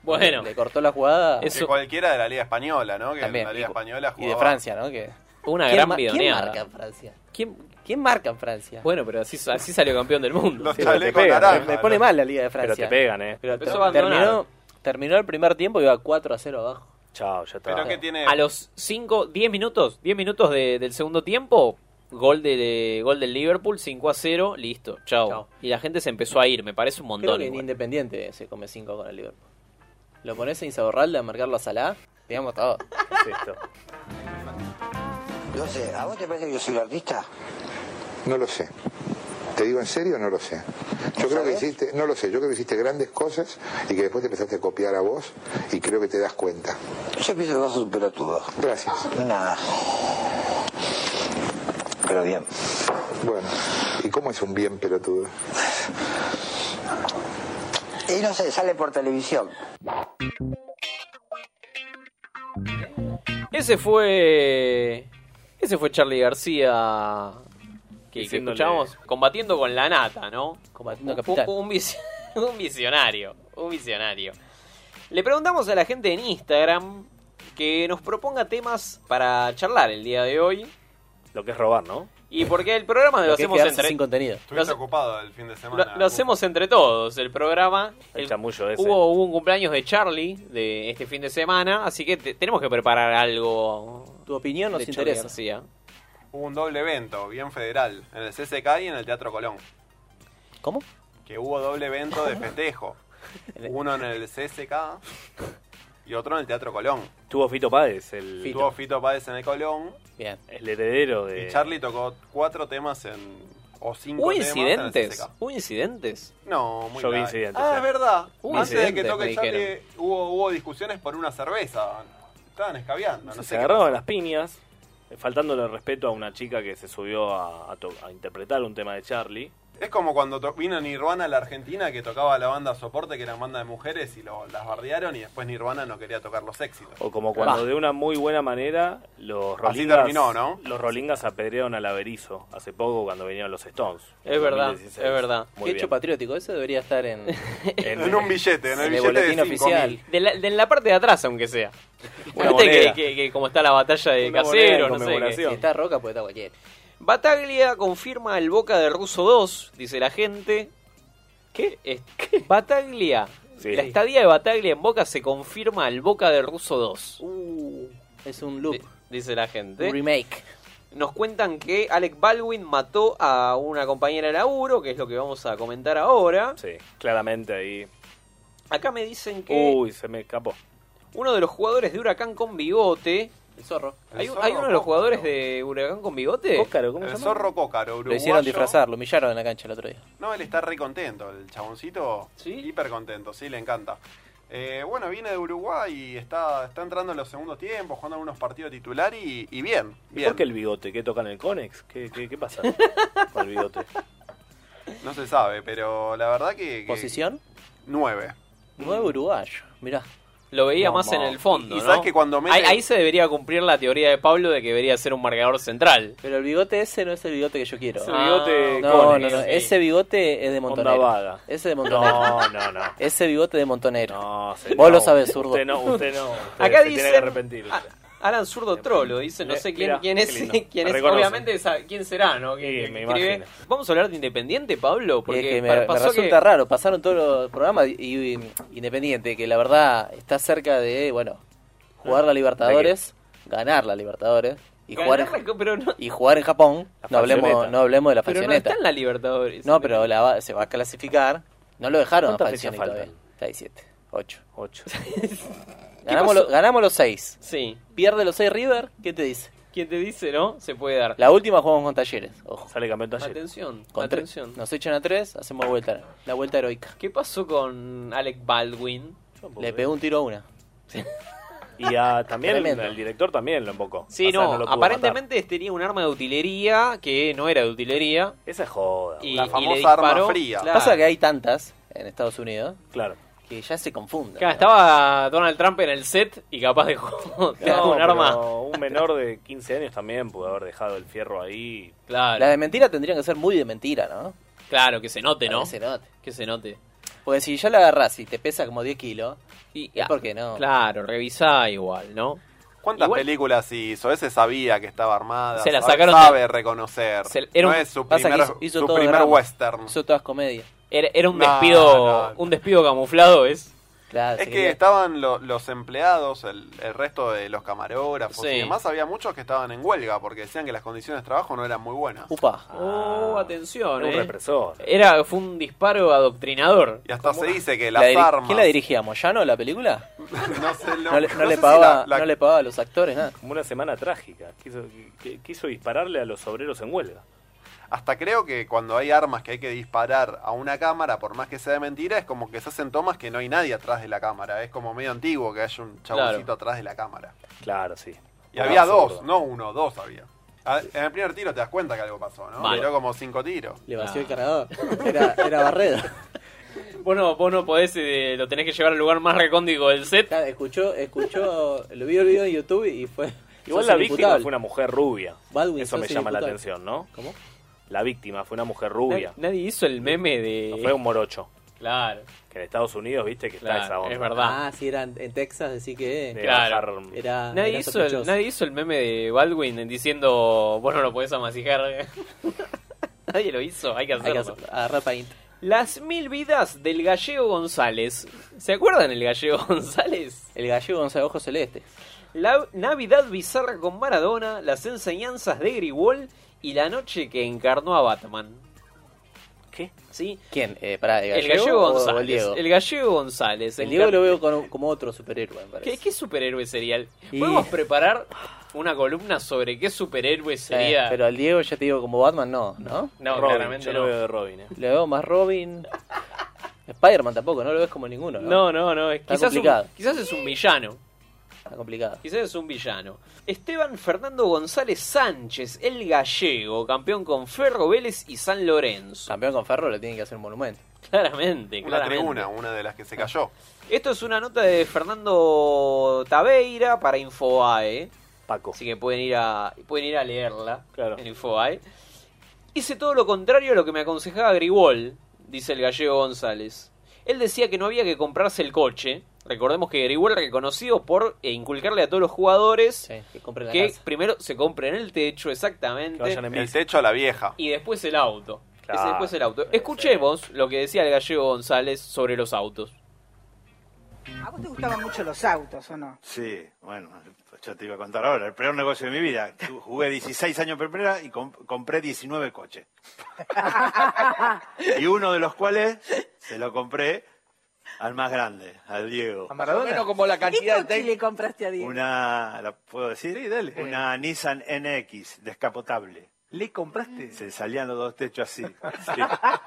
Bueno. Le cortó la jugada. Que cualquiera de la Liga Española, ¿no? Que También, en la Liga y- Española y jugaba. de Francia, ¿no? Que Una ¿Quién gran ma- ¿Quién bidoneada. marca en Francia? ¿Quién, ¿Quién marca en Francia? Bueno, pero así, así salió campeón del mundo. Los Sí, pero te chalecos pegan, naranja. me pone los- mal la Liga de Ah, Pero Francia. te pegan, ¿eh? Pero Empezó ter- a abandonar. terminó, terminó el primer tiempo y iba 4 a 0 abajo. Chao, ya está. Pero que tiene. A los 5, 10 minutos, 10 minutos de- del segundo tiempo, gol, de, gol del Liverpool, 5 a 0, listo, chao. Chao. Y la gente se empezó a ir, me parece un Creo montón. que en igual. Independiente se come 5 con el Liverpool. Lo pones a Insaurralde a marcarlo a Salah, digamos todo. ¿Qué es esto? No sé, ¿a vos te parece que yo soy el artista? No lo sé. Te digo en serio, no lo sé. Yo creo que hiciste, no lo sé, yo creo que hiciste grandes cosas y que después te empezaste a copiar a vos y creo que te das cuenta. Yo pienso que vos sos un pelotudo. Gracias. Nada. Pero bien. Bueno, ¿y cómo es un bien pelotudo? Y no sé, sale por televisión. Ese fue. Ese fue Charlie García. Que, que Diciéndole- escuchamos combatiendo con la nata, ¿no? Combatiendo Un- capital. Un, vis- un visionario. Un visionario. Le preguntamos a la gente en Instagram que nos proponga temas para charlar el día de hoy. Lo que es robar, ¿no? Y porque el programa lo, Eh, Lo que es hacemos quedarse entre. sin contenido. Estuviste Los- ocupado el fin de Lo, semana. lo hacemos entre todos, el programa. El, El- chamullo ese. hubo, hubo un cumpleaños de Charlie de este fin de semana, así que te- tenemos que preparar algo Tu opinión nos de Charlie interesa. García. Hubo un doble evento, bien federal, en el CCK y en el Teatro Colón. ¿Cómo? Que hubo doble evento de festejo. Uno en el CCK y otro en el Teatro Colón. Tuvo Fito Páez, el, Tuvo Fito Páez en el Colón Bien. el heredero de. y Charlie tocó cuatro temas en. o cinco ¿Hubo temas en el incidentes? CCK. ¿Hubo incidentes? No, muy Yo vi light. incidentes, Ah, sí. es verdad. Hubo Antes de que incidentes, toque me Charlie dijeron. hubo, hubo discusiones por una cerveza. Estaban escabeando, no se sé qué agarraron a pasó. las piñas, eh, faltándole el respeto a una chica que se subió a, a to- a interpretar un tema de Charlie. Es como cuando to- vino Nirvana a la Argentina que tocaba la banda Soporte, que era una banda de mujeres, y lo- las bardearon y después Nirvana no quería tocar los éxitos. O como Bah. cuando de una muy buena manera los Así Rolingas, terminó, ¿no? los Rolingas apedrearon al Averizo hace poco cuando vinieron los Stones. Es verdad, 2016. es verdad. Muy Qué hecho bien. patriótico, eso debería estar en, En- En un billete, en el en el billete de boletín 5.000. oficial. De la, de la parte de atrás, aunque sea. Una Viste que, moneda. que- que como está la batalla de Una moneda Casero, en no sé qué. Si conmemoración. está roca, pues está cualquiera. Bataglia confirma el Boca de Russo 2, dice la gente. ¿Qué? Es- ¿Qué? Bataglia. Sí. La estadía de Bataglia en Boca se confirma al Boca de Russo 2, Uh, Es un loop, di- dice la un gente. remake. Nos cuentan que Alec Baldwin mató a una compañera de laburo, que es lo que vamos a comentar ahora. Sí, claramente ahí. Acá me dicen que Uy, se me escapó. uno de los jugadores de Huracán con bigote... El zorro. El ¿Hay, zorro hay uno de los Cócaro. jugadores de Huracán con bigote? Óscaro, ¿cómo se El llama? Eh, zorro cócaro uruguayo. Lo hicieron disfrazar, lo humillaron en la cancha el otro día. No, él está re contento, el chaboncito. ¿Sí? Hiper contento, sí, le encanta. Eh, bueno, viene de Uruguay y está, está entrando en los segundos tiempos, jugando algunos partidos titular y, y bien, ¿Y bien. ¿Por qué el bigote? ¿Qué tocan el Conex? ¿Qué, qué, qué pasa con el bigote? No se sabe, pero la verdad que... que- Posición, Nueve. nuevo uruguayo. Mirá, Lo veía No, más en no. el fondo, Y ¿no? sabes que cuando mete- ahí, ahí se debería cumplir la teoría de Pablo de que debería ser un marcador central. pero el bigote ese no es el bigote que yo quiero. Es el Ah, bigote No, no, Conex. no, sí. ese bigote es de Onda Montonero. vaga. Ese de Montonero. No, no, no. Ese bigote de Montonero. No, se- Vos no, lo sabés, zurdo. Usted no, usted no. Usted Acá se dice. Ah. tiene que arrepentir. Alan Zurdo Trolo dice, no Mirá, sé quién, mirá, quién qué es, lindo. quién Me es, reconoce. obviamente sa- quién será, ¿no? Que- Sí, que me escribe. imagino. Vamos a hablar de Independiente, Pablo, porque Porque me, pa- me pasó que- resulta raro, pasaron todos los programas y, y- mm, Independiente, que la verdad está cerca de, bueno, jugar la Libertadores, ganar la Libertadores y jugar, Ganar la- pero no, y jugar en Japón. La No hablemos, faccioneta. no hablemos de la pero no está faccioneta. en la Libertadores. No, pero la va- se va a clasificar. No lo dejaron a ¿Cuántas fechas Falcioni todavía. faltan? 17, 8. Ocho. Ganamos, pasó? lo- ganamos los 6. Sí. Pierde los 6 River, ¿qué te dice? ¿Quién te dice, no? Se puede dar. La última jugamos con Talleres, ojo. Sale campeón taller. Atención, Con tres- atención. Nos echan a 3, hacemos vuelta, la vuelta heroica. ¿Qué pasó con Alec Baldwin? Le pegó un tiro a una. ¿eh? Y a, también el, Tremendo. el director también lo embocó. Sí, O sea, no, lo pudo aparentemente tenía un arma de utilería que no era de utilería. matar. Esa es joda. Y, La y le famosa arma disparó. fría. Claro. Pasa que hay tantas en Estados Unidos Claro. que ya se confunden. Claro, ¿no? estaba Donald Trump en el set y capaz dejó dejó No, un arma. pero Un menor de 15 años también pudo haber dejado el fierro ahí. Claro, Las de mentira tendrían que ser muy de mentira, ¿no? claro, que se note, ¿no? Para que se note. Que se note. Porque si ya la agarrás y te pesa como 10 kilos, y, ah, ¿por qué no? Claro, revisá igual, ¿no? ¿Cuántas Igual- películas hizo? Ese sabía que estaba armada. Se la sabe- sacaron de- Sabe reconocer. Se- era no un- es su pasa que primer, hizo- hizo su todo primer drama. western. Hizo todas comedias. Era, era un No, despido no, un despido camuflado, ¿es? Claro, Es que estaban lo- los empleados, el, el resto de los camarógrafos Sí. y demás, había muchos que estaban en huelga porque decían que las condiciones de trabajo no eran muy buenas. Upa. Ah. Oh, atención, Era Ah. un eh. represor. Era, fue un disparo adoctrinador. Y hasta se dice que La las diri- armas... ¿Quién la dirigía? ¿Moyano la película? No, sé, no- No le, no no le sé si pagaba, la- la- no le pagaba a los actores nada. Como una semana trágica. Quiso, que- quiso dispararle a los obreros en huelga. Hasta creo que cuando hay armas que hay que disparar a una cámara, por más que sea de mentira, es como que se hacen tomas que no hay nadie atrás de la cámara. Es como medio antiguo que haya un chaboncito Claro. atrás de la cámara. Claro, sí. Y había Absurdo. dos, no uno, dos había. A- En el primer tiro te das cuenta que algo pasó, ¿no? Mal. Tiró como cinco tiros. Le vació el cargador. Era, era Barreda. Vos no, vos no podés, eh, lo tenés que llevar al lugar más recóndico del set. Claro, escuchó, escuchó, lo vio el video en YouTube y fue. Igual sos la víctima inimputable. fue una mujer rubia. Baldwin, Eso me sos llama la inimputable. atención, ¿no? ¿Cómo? La víctima fue una mujer rubia. Nadie, nadie hizo el meme de. No fue un morocho. Claro, Que en Estados Unidos, viste, que Claro, está esa onda. es verdad. Ah, sí, era en, en Texas, así que. eh, De claro. bajar- Era, Nadie era hizo, el, sospechoso. nadie hizo el meme de Baldwin diciendo, vos no lo podés amasijar. nadie lo hizo, hay que Hay que hacerlo. hacer- agarrar paint. Las mil vidas del gallego González. ¿Se acuerdan el gallego González? El gallego Gonzalo Ojo Celeste. La Navidad bizarra con Maradona, las enseñanzas de Grigol y la noche que encarnó a Batman. ¿Qué? ¿Sí? ¿Quién? Eh, pará, ¿el El gallego, gallego o- o González. el Diego? El gallego González. El Diego encar- lo veo con- como otro superhéroe, me parece. ¿Qué, qué superhéroe serial? Y- ¿Podemos preparar una columna sobre qué superhéroe Eh, sería? pero al Diego ya te digo como Batman, no, ¿no? No, Robin, claramente yo no. lo veo de Robin, eh. Lo veo más Robin. Spider-Man tampoco, no lo ves como ninguno, ¿no? No, no, no. es- Está quizás, un- complicado. quizás es un villano. Está complicado. Quizás es un villano. Esteban Fernando González Sánchez, el gallego, campeón con Ferro Vélez y San Lorenzo. Campeón con Ferro le tienen que hacer un monumento. Claramente, Una claramente. tribuna, una de las que se cayó. Esto es una nota de Fernando Tabeira para E. Infobae. Paco. Así que pueden ir a, pueden ir a leerla Claro. en Infobae. Hice todo lo contrario a lo que me aconsejaba Grigol, dice el gallego González. Él decía que no había que comprarse el coche. Recordemos que Grigol reconocido por eh, inculcarle a todos los jugadores Sí, que compren la que casa. primero se compren el techo, exactamente, Que vayan en El bici. techo a la vieja. y después el auto. Claro. Ese después el auto. Escuchemos lo que decía el gallego González sobre los autos. ¿A vos te gustaban mucho los autos o no? Sí, bueno, yo te iba a contar ahora. El peor negocio de mi vida. Tu- Jugué 16 años en primera y comp- compré 19 coches. Y uno de los cuales se lo compré al más grande, al Diego. Menos como la cantidad de ¿Qué le compraste a Diego? Una, ¿la puedo decir? Sí, dale. Una Nissan NX descapotable. ¿Le compraste? Se salían los dos techos así. Sí.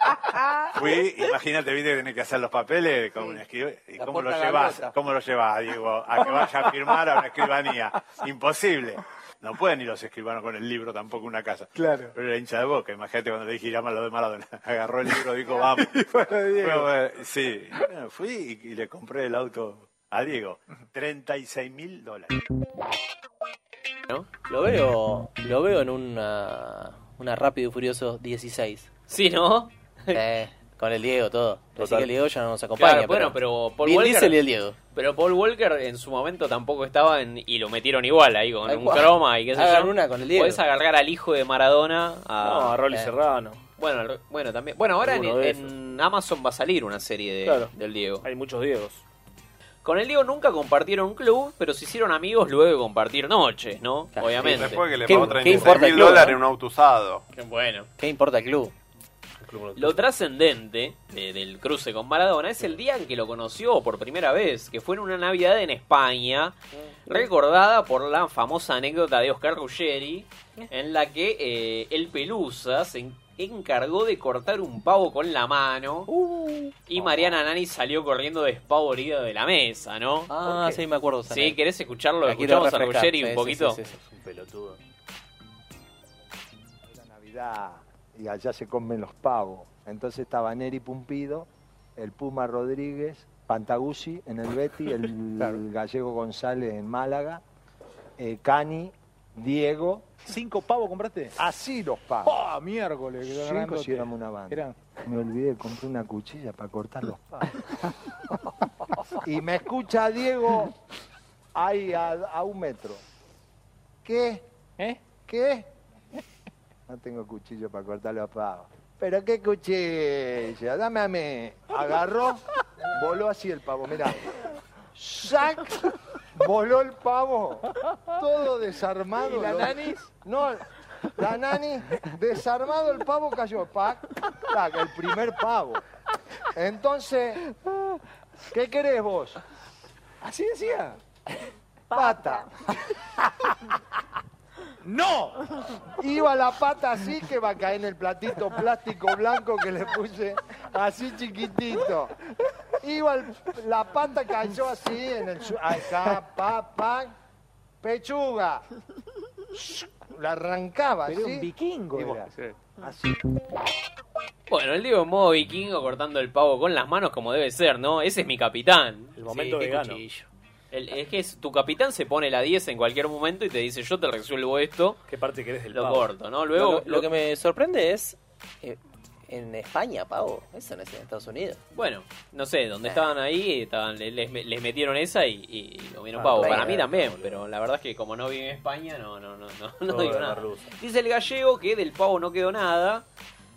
Fui, imagínate, viste que tenés que hacer los papeles con un escriba- ¿Y La cómo lo puerta a la llevas? puerta. ¿Cómo lo llevas, Diego? A que vaya a firmar a una escribanía. Imposible. No pueden ir los escribanos con el libro tampoco a una casa. Claro. Pero era hincha de boca, imagínate cuando le dije ir a lo de Maradona. Agarró el libro, dijo, vamos. Bueno, eh, sí, Bueno, fui y, y le compré el auto a Diego. 36 mil dólares. ¿no? Lo veo, lo veo en una, una Rápido y Furioso 16. Sí, ¿no? Eh, con el Diego todo. Así Total. que el Diego ya no nos acompaña. Claro, bueno, pero Paul Vin Walker- Diesel y el Diego. Pero Paul Walker en su momento tampoco estaba en- y lo metieron igual ahí con Tal un cual. croma y qué sé Hagan yo. una con el Diego. Podés agarrar al hijo de Maradona No, a... a Rolly eh. Serrano. bueno, al- bueno, también. Bueno, ahora en, Alguno de en Amazon va a salir una serie de- Claro. del Diego. Hay muchos Diegos. Con el Diego nunca compartieron un club, pero se hicieron amigos luego de compartir noches, ¿no? Claro. Obviamente. Después que le ¿Qué- pagó qué 36 importa el mil club, dólares no? en un auto usado. Qué bueno. ¿Qué importa el club? El club no- Lo trascendente de- del cruce con Maradona es el día en que lo conoció por primera vez, que fue en una Navidad en España, recordada por la famosa anécdota de Oscar Ruggeri, en la que eh, el Pelusa se en- encargó de cortar un pavo con la mano Uh. y Mariana Nani salió corriendo despavorida de la mesa, ¿no? Ah, sí, me acuerdo. esa Sí, nave. ¿querés escucharlo? La quiero Escuchamos a refrescar. Ruggeri un Sí, sí, poquito. sí, sí, sí. Es un pelotudo. la Navidad y allá se comen los pavos. Entonces estaba Neri Pumpido, el Puma Rodríguez, Pantaguzzi en el Betty, el, el gallego González en Málaga, eh, Cani Diego. ¿Cinco pavos compraste? Así los pavos. ¡Ah, miércoles! Cinco grandote. si éramos una banda. Me olvidé, compré una cuchilla para cortar los pavos. y me escucha Diego ahí a, a un metro. ¿Qué? ¿Eh? ¿Qué? No tengo cuchillo para cortar los pavos. ¿Pero qué cuchilla? Dame a mí. Agarró, voló así el pavo, mirá. ¡Sac! Voló el pavo, todo desarmado. ¿Y la Lo- nanis? No, la nani, desarmado el pavo cayó. Pac, tac, el primer pavo. Entonces, ¿qué querés vos? Así decía. Pata. ¡No! Iba la pata así que va a caer en el platito plástico blanco que le puse así chiquitito. Iba el- la pata cayó así en el su- acá, pa, pa, pechuga. La arrancaba Pero era así. un vikingo Y vos- era. Así. Bueno, el Diego en modo vikingo cortando el pavo con las manos como debe ser, ¿no? Ese es mi capitán. El momento qué vegano. cuchillo. El- es que es- tu capitán se pone la 10 en cualquier momento y te dice, yo te resuelvo esto. ¿Qué parte querés del Lo pavo? corto, ¿no? Luego... lo, lo que me sorprende es. eh, en España, pavo. Eso no es en Estados Unidos. Bueno, no sé, donde Eh. estaban ahí, estaban, le- les, les metieron esa y, y, y comieron Ah, pavo. claro, Para mí claro, también, pero la verdad es que como no vive en España, no, no, no, no, no Todo digo de nada. merluza. Dice el gallego que del pavo no quedó nada,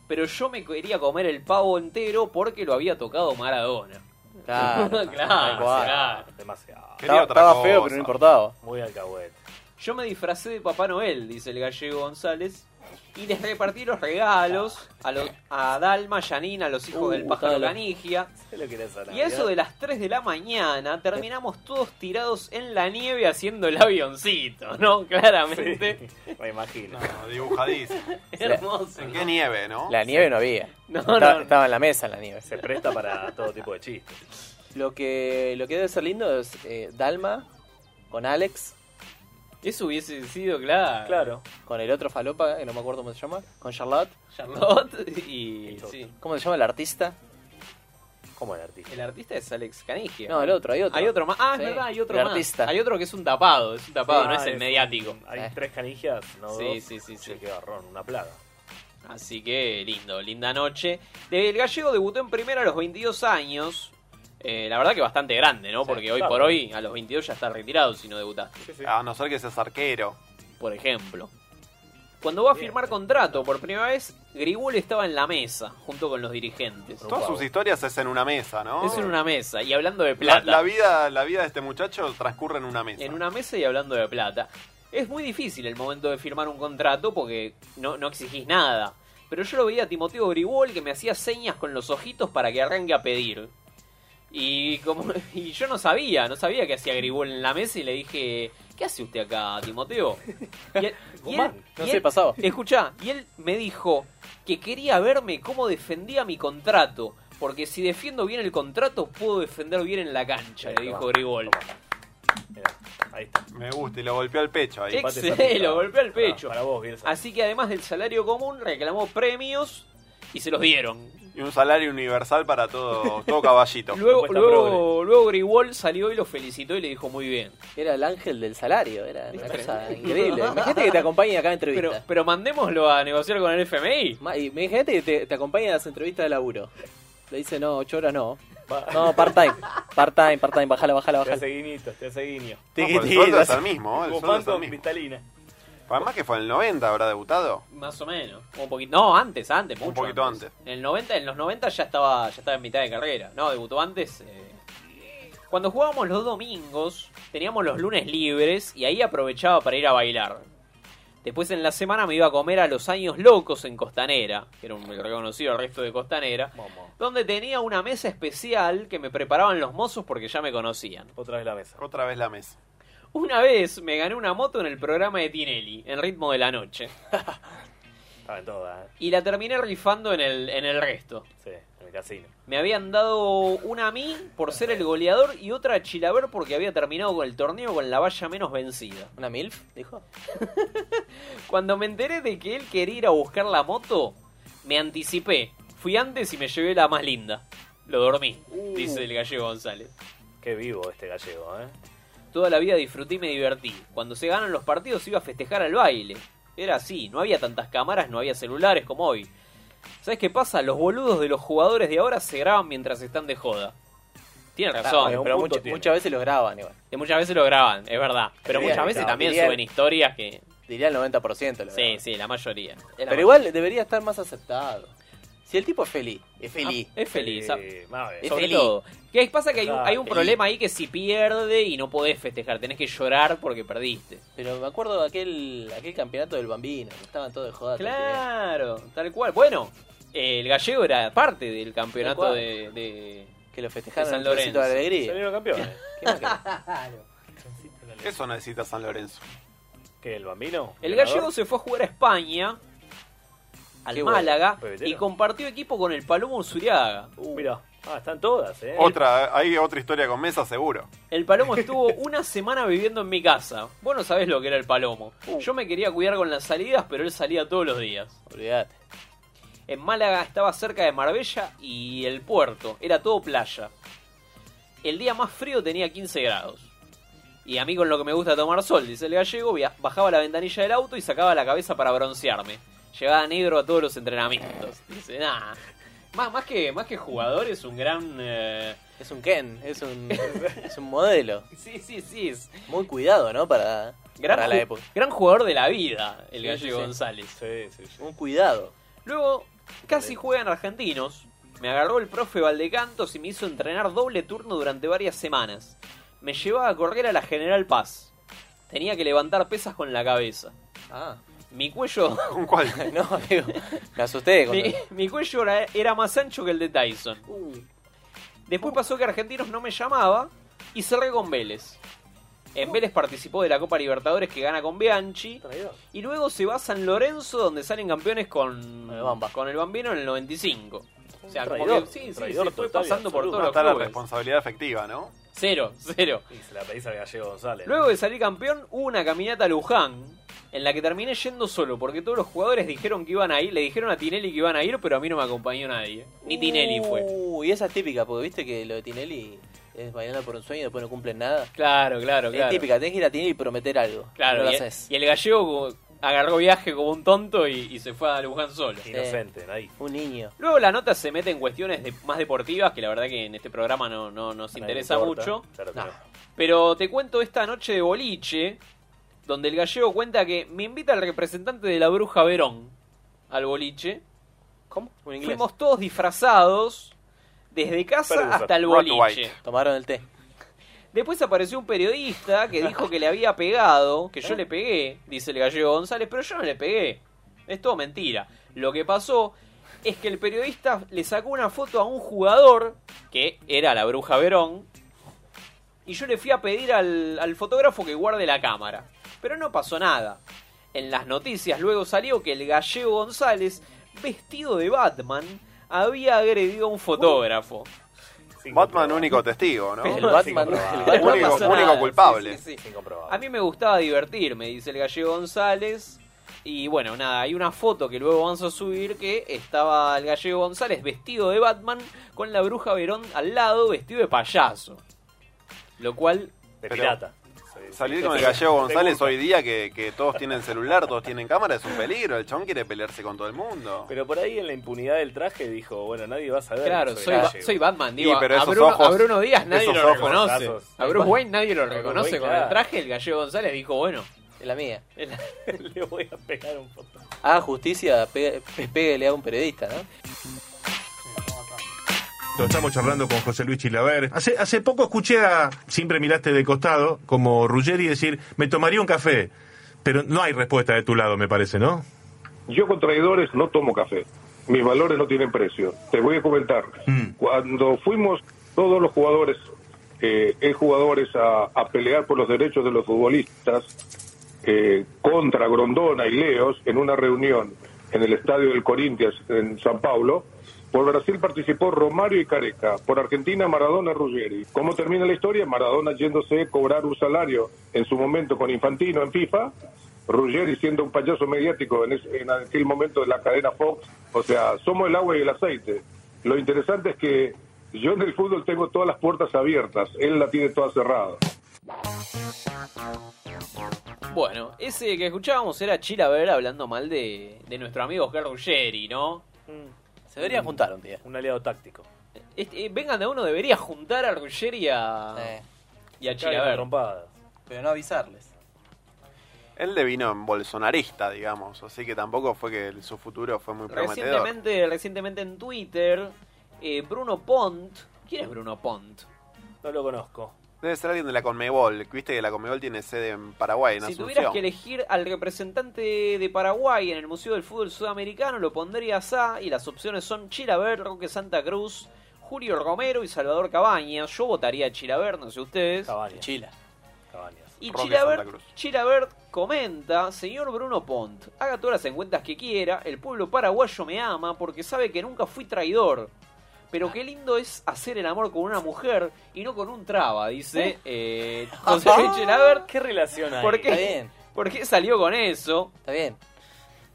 pero yo me quería comer el pavo entero porque lo había tocado Maradona. Claro, tal claro, cual. claro. Ah, Demasiado. Estaba, estaba feo, pero no importaba. Muy alcahuete. Yo me disfracé de Papá Noel, dice el gallego González, y les repartí los regalos a, los, a Dalma, Janina, a los hijos Uh, del pájaro Dalma. Canigia. ¿Qué lo querés a Y a eso de las 3 de la mañana terminamos todos tirados en la nieve haciendo el avioncito, ¿no? Claramente. Me imagino. No, dibujadísimo. Hermoso. ¿En ¿no? qué nieve, no? La nieve no había. No, Estaba- no. Estaba en la mesa en la nieve. Se presta para todo tipo de chistes. Lo que, lo que debe ser lindo es eh, Dalma con Alex. Eso hubiese sido, claro. Claro. Con el otro falopa, que no me acuerdo cómo se llama. Con Charlotte. Charlotte y. sí. ¿Cómo se llama el artista? ¿Cómo el artista? El artista es Alex Canigia. No, el otro, hay otro. Hay otro más. Ah, es Sí. verdad, hay otro El más. artista. Hay otro que es un tapado, es un tapado, Sí, no ah, es el es mediático. Hay Eh. tres canillas, no Sí, dos. sí, sí, Che, qué garrón, una plaga. Así que lindo, linda noche. El gallego debutó en primera a los 22 años. Eh, la verdad que bastante grande, ¿no? Porque hoy claro. por hoy a los 22 ya está retirado si no debutaste. A no ser que seas arquero. Por ejemplo. Cuando va a firmar contrato por primera vez, Grigol estaba en la mesa junto con los dirigentes. Todas sus historias es en una mesa, ¿no? Es en una mesa. Y hablando de La, plata. la vida, la vida de este muchacho transcurre en una mesa. En una mesa y hablando de plata. Es muy difícil el momento de firmar un contrato porque no, no exigís nada. Pero yo lo veía a Timoteo Gribol que me hacía señas con los ojitos para que arranque a pedir. Y como y yo no sabía, no sabía que hacía Gribol en la mesa y le dije, ¿qué hace usted acá, Timoteo? Y él- y él- No y sé, él- pasaba. Escuchá, y él me dijo que quería verme cómo defendía mi contrato. Porque si defiendo bien el contrato, puedo defender bien en la cancha, le dijo Gribol. Ahí está. Me gusta, y lo golpeó al pecho ahí. Excelente, lo golpeó al pecho. Ah, Para vos, Bielsa. Así que además del salario común, reclamó premios y se los dieron. Y un salario universal para todo, todo caballito. Luego, luego, luego Grigol salió y lo felicitó y le dijo muy bien. Era el ángel del salario. Era una ¿Viste? cosa increíble. Imagínate que te acompañe acá a Pero, entrevistas. pero mandémoslo a negociar con el FMI. Ma- y Imagínate que te, te acompañe a las entrevistas de laburo. Le dice, no, ocho horas no. No, part-time. Part-time, part-time. Bajala, bajala, Te hace bajala. guiñito, te hace guiño. No, pues el sueldo es el mismo, el sueldo es el Bufando mismo. cristalina. Además que fue en el 90, habrá debutado. Más o menos. Un poquito. No, antes, antes, mucho. Un poquito antes. En, el 90, en los 90 ya estaba, ya estaba en mitad de carrera. No, debutó antes. eh. Cuando jugábamos los domingos, teníamos los lunes libres y ahí aprovechaba para ir a bailar. Después en la semana me iba a comer a los años locos en Costanera, que era un reconocido resto de Costanera, donde tenía una mesa especial que me preparaban los mozos porque ya me conocían. Otra vez la mesa. Otra vez la mesa. Una vez me gané una moto en el programa de Tinelli, en Ritmo de la Noche. Estaba en toda, ¿eh? Y la terminé rifando en el, en el resto. Sí, en el casino. Me habían dado una a mí por ser el goleador y otra a Chilaver porque había terminado con el torneo con la valla menos vencida. ¿Una MILF? Dijo. Cuando me enteré de que él quería ir a buscar la moto, me anticipé. Fui antes y me llevé la más linda. Lo dormí, dice el gallego González. Qué vivo este gallego, ¿eh? Toda la vida disfruté y me divertí. Cuando se ganan los partidos iba a festejar al baile. Era así, no había tantas cámaras, no había celulares como hoy. ¿Sabes qué pasa? Los boludos de los jugadores de ahora se graban mientras están de joda. Tiene Claro, razón, en un pero punto mucho- tiene. muchas veces lo graban igual. muchas veces lo graban, es verdad. Pero Sí, muchas claro, veces también diría- suben historias que... Diría el 90%. Sí, sí, la mayoría. Ah, Pero igual debería estar más aceptado. Si el tipo es feliz, es feliz. Eh, es feliz. ah, es Sobre feliz. todo. ¿Qué pasa? Que hay un, Ah, hay un feliz. problema ahí que si pierde y no podés festejar, tenés que llorar porque perdiste. Pero me acuerdo de aquel, aquel campeonato del Bambino, que estaban todos de joda. Claro, tal cual. Bueno, eh, el gallego era parte del campeonato Tal cual. de, de- Que lo festejaron de San en el Trocito Lorenzo. de Alegría. Salieron campeones. Eso necesita San Lorenzo. ¿Qué, el bambino? El ¿Violador? gallego se fue a jugar a España, al Qué bueno, Málaga, pebetero. y compartió equipo con el Palomo Ursuriaga. Mira, ah, están todas, ¿eh? Otra, hay otra historia con mesa seguro. El Palomo estuvo una semana viviendo en mi casa. Vos no sabés lo que era el Palomo. Uh. Yo me quería cuidar con las salidas, pero él salía todos los días. Olvídate. En Málaga estaba cerca de Marbella y el puerto. Era todo playa. El día más frío tenía 15 grados. Y a mí con lo que me gusta tomar sol, dice el gallego, via- bajaba la ventanilla del auto y sacaba la cabeza para broncearme. Llegaba negro a todos los entrenamientos. Dice, nada. Más, más, que, más que jugador es un gran... eh, Es un Ken, es un, es un modelo. Sí, sí, sí. es Muy cuidado, ¿no? Para, Gran, para ju- la época. gran jugador de la vida, el Sí, gallego sí, sí. González. Un cuidado. Luego, casi juegan argentinos. Me agarró el profe Valdecantos y me hizo entrenar doble turno durante varias semanas. Me llevaba a correr a la General Paz. Tenía que levantar pesas con la cabeza. Ah. Mi cuello. ¿Con cuál? no, amigo. Me asusté. Con... mi, mi cuello era, era más ancho que el de Tyson. Después pasó que Argentinos no me llamaba y cerré con Vélez. Oh. En Vélez participó de la Copa Libertadores que gana con Bianchi. Y luego se va a San Lorenzo donde salen campeones con el, con el Bambino en el 95. O sea, como traidor, que sí, un sí, traidor se fue total y pasando por absoluto. todos los Está la clubes. responsabilidad efectiva, ¿no? Cero, cero. Y se la pedís al gallego González. Luego de salir campeón, hubo una caminata a Luján. En la que terminé yendo solo, porque todos los jugadores dijeron que iban a ir, le dijeron a Tinelli que iban a ir, pero a mí no me acompañó nadie. Ni Tinelli fue. Uh. Uy, esa es típica, porque viste que lo de Tinelli es bailando por un sueño y después no cumplen nada. Claro, claro, es claro. típica, tenés que ir a Tinelli y prometer algo. Claro, no y, lo haces. y el gallego como- agarró viaje como un tonto y, y se fue a Luján solo. Inocente, ahí. Un niño. Luego la nota se mete en cuestiones de- más deportivas, que la verdad que en este programa no, no nos interesa mucho. no. Pero te cuento esta noche de boliche, donde el gallego cuenta que me invita el representante de la bruja Verón al boliche. ¿Cómo? Fuimos todos disfrazados, desde casa Perdidos, hasta el Red boliche. White. Tomaron el té. Después apareció un periodista que dijo que le había pegado, que yo le pegué, dice el gallego González, pero yo no le pegué. Es todo mentira. Lo que pasó es que el periodista le sacó una foto a un jugador, que era la bruja Verón, y yo le fui a pedir al, al fotógrafo que guarde la cámara. Pero no pasó nada. En las noticias luego salió que el gallego González, vestido de Batman, había agredido a un fotógrafo. Batman único testigo, ¿no? El Batman- Sin el comprobar. Batman no único, pasó único nada. culpable. Sí, sí, sí. Sin comprobar. A mí me gustaba divertirme, dice el gallego González. Y bueno, nada, hay una foto que luego vamos a subir que estaba el gallego González vestido de Batman con la bruja Verón al lado, vestido de payaso. Lo cual... De Pero- pirata. Salir con el Te- gallego te González gusta. hoy día que, que todos tienen celular, todos tienen cámara, es un peligro. El chabón quiere pelearse con todo el mundo. Pero por ahí en la impunidad del traje dijo, bueno, nadie va a saber. Claro, que soy, gallego. Ba- soy Batman, digo, Sí, pero a, esos Bruno, ojos- a Bruno Díaz nadie esos lo ojos, reconoce. brazos. A Bruce Wayne nadie lo Bruce reconoce Wayne, con claro. el traje, el gallego González dijo, bueno, Es la mía. es la- Le voy a pegar un poco. Ah, justicia, pe- pe- pégale a un periodista, ¿no? Lo estamos charlando con José Luis Chilaver. Hace, hace poco escuché a, siempre miraste de costado, como Ruggeri decir, me tomaría un café. Pero no hay respuesta de tu lado, me parece, ¿no? Yo con traidores no tomo café. Mis valores no tienen precio. Te voy a comentar. Mm. Cuando fuimos todos los jugadores, eh, ex jugadores, a, a pelear por los derechos de los futbolistas eh, contra Grondona y Leos en una reunión en el estadio del Corinthians en San Pablo, por Brasil participó Romario y Careca, por Argentina Maradona Ruggeri. ¿Cómo termina la historia? Maradona yéndose a cobrar un salario en su momento con Infantino en FIFA Ruggeri siendo un payaso mediático en, ese- en aquel momento de la cadena Fox. O sea, somos el agua y el aceite. Lo interesante es que yo en el fútbol tengo todas las puertas abiertas, él la tiene toda cerrada. Bueno, ese que escuchábamos era Chilaver hablando mal de, de nuestro amigo Oscar Ruggeri, ¿no? Mm. Se deberían juntar un día. Un aliado táctico. Este, eh, vengan de uno, debería juntar a Ruggeri y a, y a Chilaver. Pero no avisarles. Él devino en bolsonarista, digamos, así que tampoco fue que su futuro fue muy prometedor. Recientemente, recientemente en Twitter, eh, Bruno Pont. ¿Quién es Bruno Pont? No lo conozco. Debe ser alguien de la Conmebol, que viste que la Conmebol tiene sede en Paraguay, en Si tuvieras Asunción. que elegir al representante de Paraguay en el Museo del Fútbol Sudamericano, lo pondrías a. Y las opciones son Chilaver, Roque Santa Cruz, Julio Romero y Salvador Cabañas. Yo votaría a Chilaver, no sé ustedes. Chila. Y Roque Chilabert, Santa Cruz. Chilabert comenta, señor Bruno Pont, haga todas las encuestas que quiera, el pueblo paraguayo me ama porque sabe que nunca fui traidor. Pero qué lindo es hacer el amor con una mujer y no con un traba, dice eh, José Ah, Chilabert. ¿Qué relación hay? ¿Por Está qué, bien. por qué salió con eso? Está bien.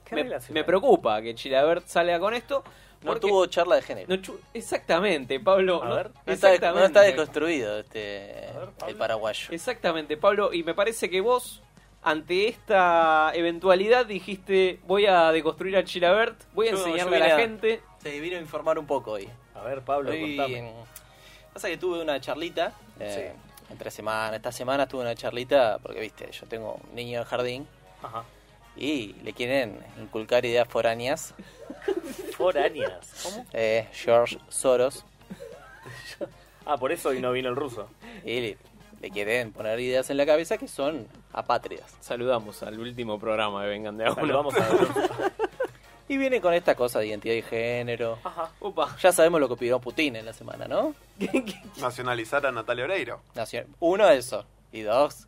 ¿Qué Me, relación me hay? preocupa que Chilabert salga con esto. No tuvo charla de género. exactamente, Pablo. no- No está, exactamente. no está desconstruido este, el paraguayo. Exactamente, Pablo, y me parece que vos, ante esta eventualidad, dijiste, voy a deconstruir a Chilabert, voy a Yo- yo enseñarle a la vine gente. Sí, vino a informar un poco hoy. A ver, Pablo, Hoy, contame. em, Pasa que tuve una charlita eh, entre semana. Esta semana tuve una charlita porque, viste, yo tengo un niño en el jardín Ajá. y le quieren inculcar ideas foráneas. Foráneas. Eh, George Soros. Ah, por eso hoy no vino el ruso. Y le, le quieren poner ideas en la cabeza que son apátridas. Saludamos al último programa de Vengan de a Uno. Saludamos a Y viene con esta cosa de identidad y género. Ajá. Upa. Ya sabemos lo que pidió Putin en la semana, ¿no? Nacionalizar a Natalia Oreiro. Nacio- Uno, eso. Y dos,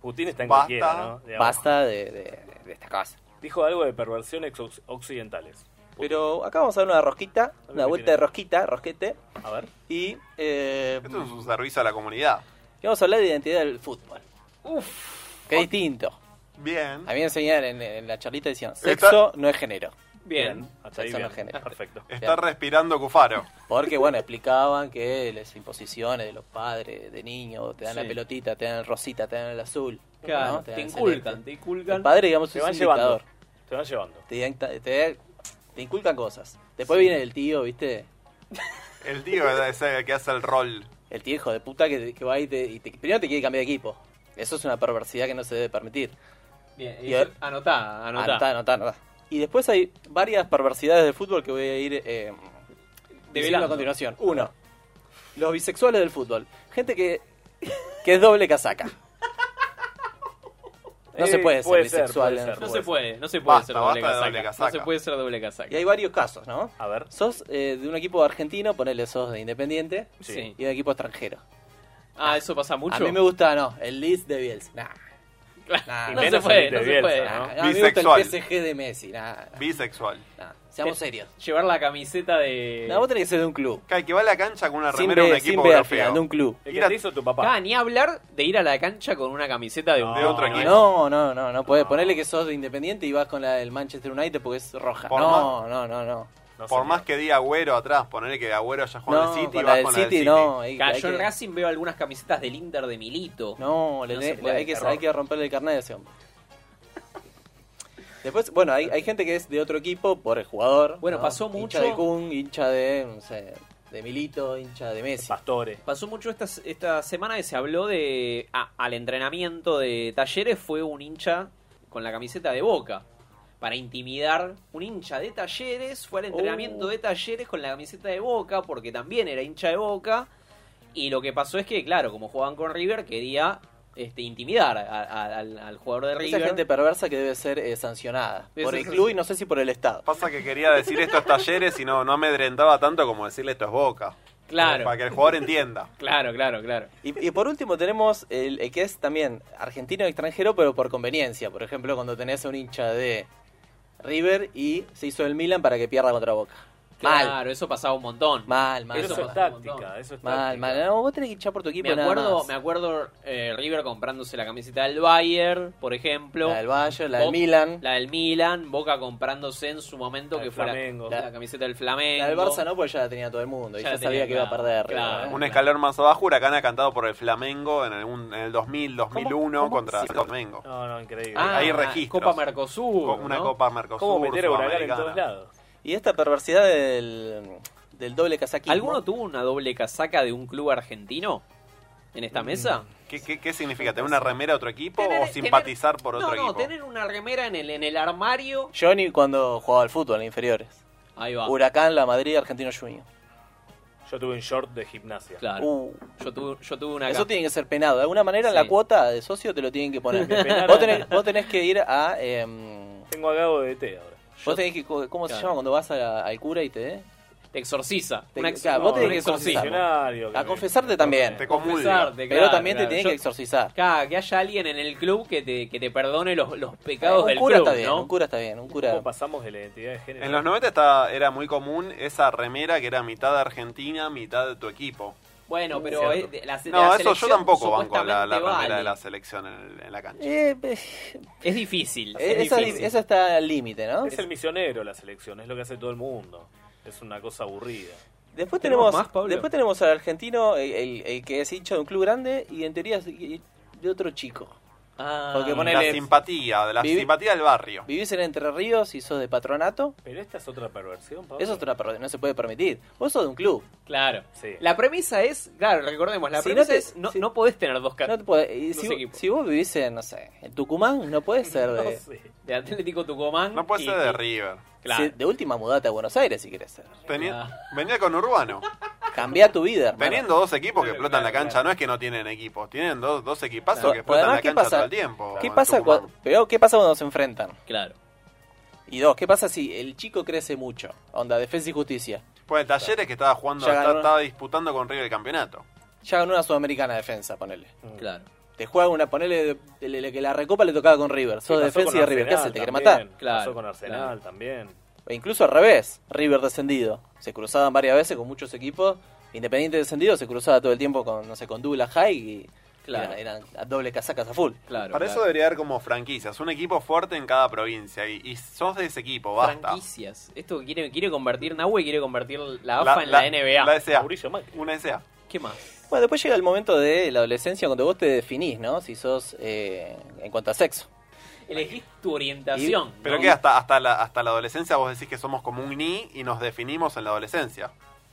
Putin está en Basta. cualquiera, ¿no? Digamos. basta de, de- de esta cosa. Dijo algo de perversiones ox- occidentales. Pero acá vamos a dar una rosquita, una que vuelta tiene. de rosquita, rosquete. A ver. Y eh, Esto es un servicio a la comunidad. y vamos a hablar de identidad del fútbol. Uf. Qué distinto. Bien. A mí me enseñaron en, en la charlita decían, Está- sexo no es género. Bien. Hasta ahí Sexo no bien. es género. Perfecto. Bien. Está respirando Cufaro. Porque, bueno, explicaban que las imposiciones de los padres, de niños, te dan la Sí. pelotita, te dan el rosita, te dan el azul. Claro, ¿no? te dan el inculcan, celeste. te inculcan. El padre, digamos, Te es van un llevando. dictador. Te van llevando. Te, dan- te- te inculcan cosas. Después viene el tío, ¿viste? El tío es el que hace el rol. El tío hijo de puta que, que va y te, y te- primero te quiere cambiar de equipo. Eso es una perversidad que no se debe permitir. Bien, Y a ver- anotá, anotá. Anotá, anotá, anotá. Y después hay varias perversidades del fútbol que voy a ir eh, diciendo Develando. a continuación. Uno, los bisexuales del fútbol. Gente que, que es doble casaca. No se puede ser bisexual. en el No fútbol. se Eh, puede, no se puede Basta, ser basta doble de casaca. doble No se casaca. puede ser doble casaca. Y hay varios casos, ¿no? A ver. Sos eh, de un equipo argentino, ponele sos de Independiente, Sí. y de un equipo extranjero. Ah, eso pasa mucho. A mí me gusta, no, el Leeds de Bielsa. Nah. Nah, Y no menos se puede, el Leeds no de se puede. Bielsa, Nah, ¿no? A mí me gusta Bisexual. el PSG de Messi. Nah. Bisexual. Seamos serios. Llevar la camiseta de. No, vos tenés que ser de un club. Que, que va a la cancha con una Sin remera de un ver- sin equipo ver al europeo. final, de un club. El que te hizo tu papá. Ah, ni hablar de ir a la cancha con una camiseta de un De otro equipo. No, no, no, no podés ponerle que sos de Independiente y vas con la del Manchester United porque es roja. Por No, no, no, no. Por más que diga Agüero atrás, ponerle que Agüero haya jugado No, en el City, con y la vas del con City, la del City. no, hay- Cayó hay que- en Racing, veo algunas camisetas del Inter de Milito. No, le No tenés- se puede, hay, que, error. hay que romperle el carnet a ese hombre. Después, bueno, hay, hay gente que es de otro equipo por el jugador. Bueno, ¿no? pasó mucho- Hincha de Kun, hincha de, no sé, de Milito, hincha de Messi. Pastore. Pasó mucho esta, esta semana que se habló de. ah, al entrenamiento de Talleres fue un hincha con la camiseta de boca. Para intimidar, un hincha de Talleres fue al Oh. entrenamiento de Talleres con la camiseta de boca, porque también era hincha de boca. Y lo que pasó es que, claro, como jugaban con River, quería este, intimidar a- a- al, al jugador de Esa River. gente perversa que debe ser eh, sancionada Esa por el es- club y no sé si por el Estado. Pasa que quería decir esto es talleres y no, no amedrentaba tanto como decirle esto es boca. Claro. Para que el jugador entienda. Claro, claro, claro. Y, y por último tenemos el, el que es también argentino y extranjero, pero por conveniencia. Por ejemplo, cuando tenés a un hincha de River y se hizo el Milan para que pierda contra Boca. Mal. Claro, eso pasaba un montón. Mal, mal. Eso es pasaba un táctica, eso es Mal, táctica. mal. No, vos tenés que hinchar por tu equipo Me nada acuerdo, más. me acuerdo eh, River comprándose la camiseta del Bayern, por ejemplo. La del Bayern, la del Bo- Milan. La del Milan, Boca comprándose en su momento que fue la- La, camiseta del Flamengo. La del Barça no, porque ya la tenía todo el mundo. y Ya ya la tenía, sabía que iba a claro, perder. claro. ¿no? Un escalón más abajo, Huracán ha cantado por el Flamengo en el, un- en el 2000, 2001 contra el Flamengo. No, no, increíble. Ah, Hay registros. Copa Mercosur. una Copa Mercosur. Sudamericana. Y esta perversidad del, del doble casaquismo. ¿Alguno tuvo una doble casaca de un club argentino en esta mesa? ¿Qué, qué, qué significa? ¿Tener una remera de otro equipo Mm. eh, o simpatizar por otro no, no, equipo? tener una remera en el, en el armario. Johnny cuando jugaba al fútbol en inferiores. Ahí va. Huracán, La Madrid, Argentino Junior. Yo tuve un short de gimnasia. Claro. Uh. Yo, tuve, yo tuve una Eso acá. tiene que ser penado. De alguna manera la cuota de socio te lo tienen que poner. Tienen que penar vos, a- tenés, vos tenés que ir a... em, Tengo a Gabo de té ahora. vos tenés que... ¿Cómo se Claro. llama cuando vas a la- al cura y te... eh? Te exorciza. Te- Una o ex- sea, no, Ah, vos tenés un que exorcizar. exorcismo. A confesarte también. Te Confesarte, Pero claro, también claro. te tienen Yo- que exorcizar. Claro, que haya alguien en el club que te, que te perdone los, los pecados un del cura club, Eh, está bien, ¿no? un cura está bien, un cura. ¿Cómo pasamos de la identidad de género? En los 90 estaba- era muy común esa remera que era mitad de Argentina, mitad de tu equipo. Bueno, pero Cierto. eh, de- la, de la No, eso yo selección tampoco banco la, la supuestamente remera de vale. la selección en, el- en la cancha. Eh, eh, Es difícil. eh, esa, esa está al límite, ¿no? Es el misionero la selección, es lo que hace todo el mundo. Es una cosa aburrida. Después ¿Tenemos tenemos, más, Pablo? después tenemos al argentino, el, el- el que es hincha de un club grande y en teoría es de de otro chico. Ah. Porque ponele- la simpatía, de la Vivi- simpatía del barrio. Vivís en Entre Ríos y sos de patronato. Pero esta es otra perversión, Pablo. Eso es una perro- no se puede permitir. Vos sos de un club. Claro. Sí. La premisa es, claro, recordemos, la Si premisa no te- es no, no podés tener dos No caras. te podés- y Dos si, vos- equipos. si vos vivís en, no sé, en Tucumán, no puedes ser de. De Atlético Tucumán. No puede y- ser de y- River. si- de última mudate a Buenos Aires si querés ser. Tenía- Ah. Venía con Urbano. Cambia tu vida, hermano. Teniendo dos equipos que explotan la cancha, no es que no tienen equipos, tienen dos, dos equipazos que explotan la ¿qué cancha pasa? todo el tiempo. ¿Qué en pasa, Tucumán. cuando, pero, ¿Qué pasa cuando se enfrentan? Claro. Y dos, ¿qué pasa si el chico crece mucho? Onda, defensa y justicia. Pues Talleres que estaba jugando, Ya está- ganó. estaba disputando con River el campeonato. Ya ganó una sudamericana de defensa, ponele. Claro. Te juega una, ponele, de- de- de- que la recopa le tocaba con River. Sos de pasó defensa y con de River. ¿Qué haces? Arsenal ¿Te querés también, matar? Pasó con Arsenal también. O E incluso al revés, River descendido. Se cruzaban varias veces con muchos equipos. Independiente descendido se cruzaba todo el tiempo con, no sé, con Douglas High y Claro. eran, eran a doble casacas a full. Claro. Para eso debería haber como franquicias, un equipo fuerte en cada provincia y, y sos de ese equipo, basta. Franquicias. Esto que quiere, quiere convertir Nahue, quiere convertir la AFA en la, NBA. La SA. Una SA. ¿Qué más? Bueno, después llega el momento de la adolescencia cuando vos te definís, ¿no? Si sos eh, en cuanto a sexo. Elegís tu orientación. ¿no? Pero que hasta, hasta, la, hasta la adolescencia vos decís que somos como un ni y nos definimos en la adolescencia.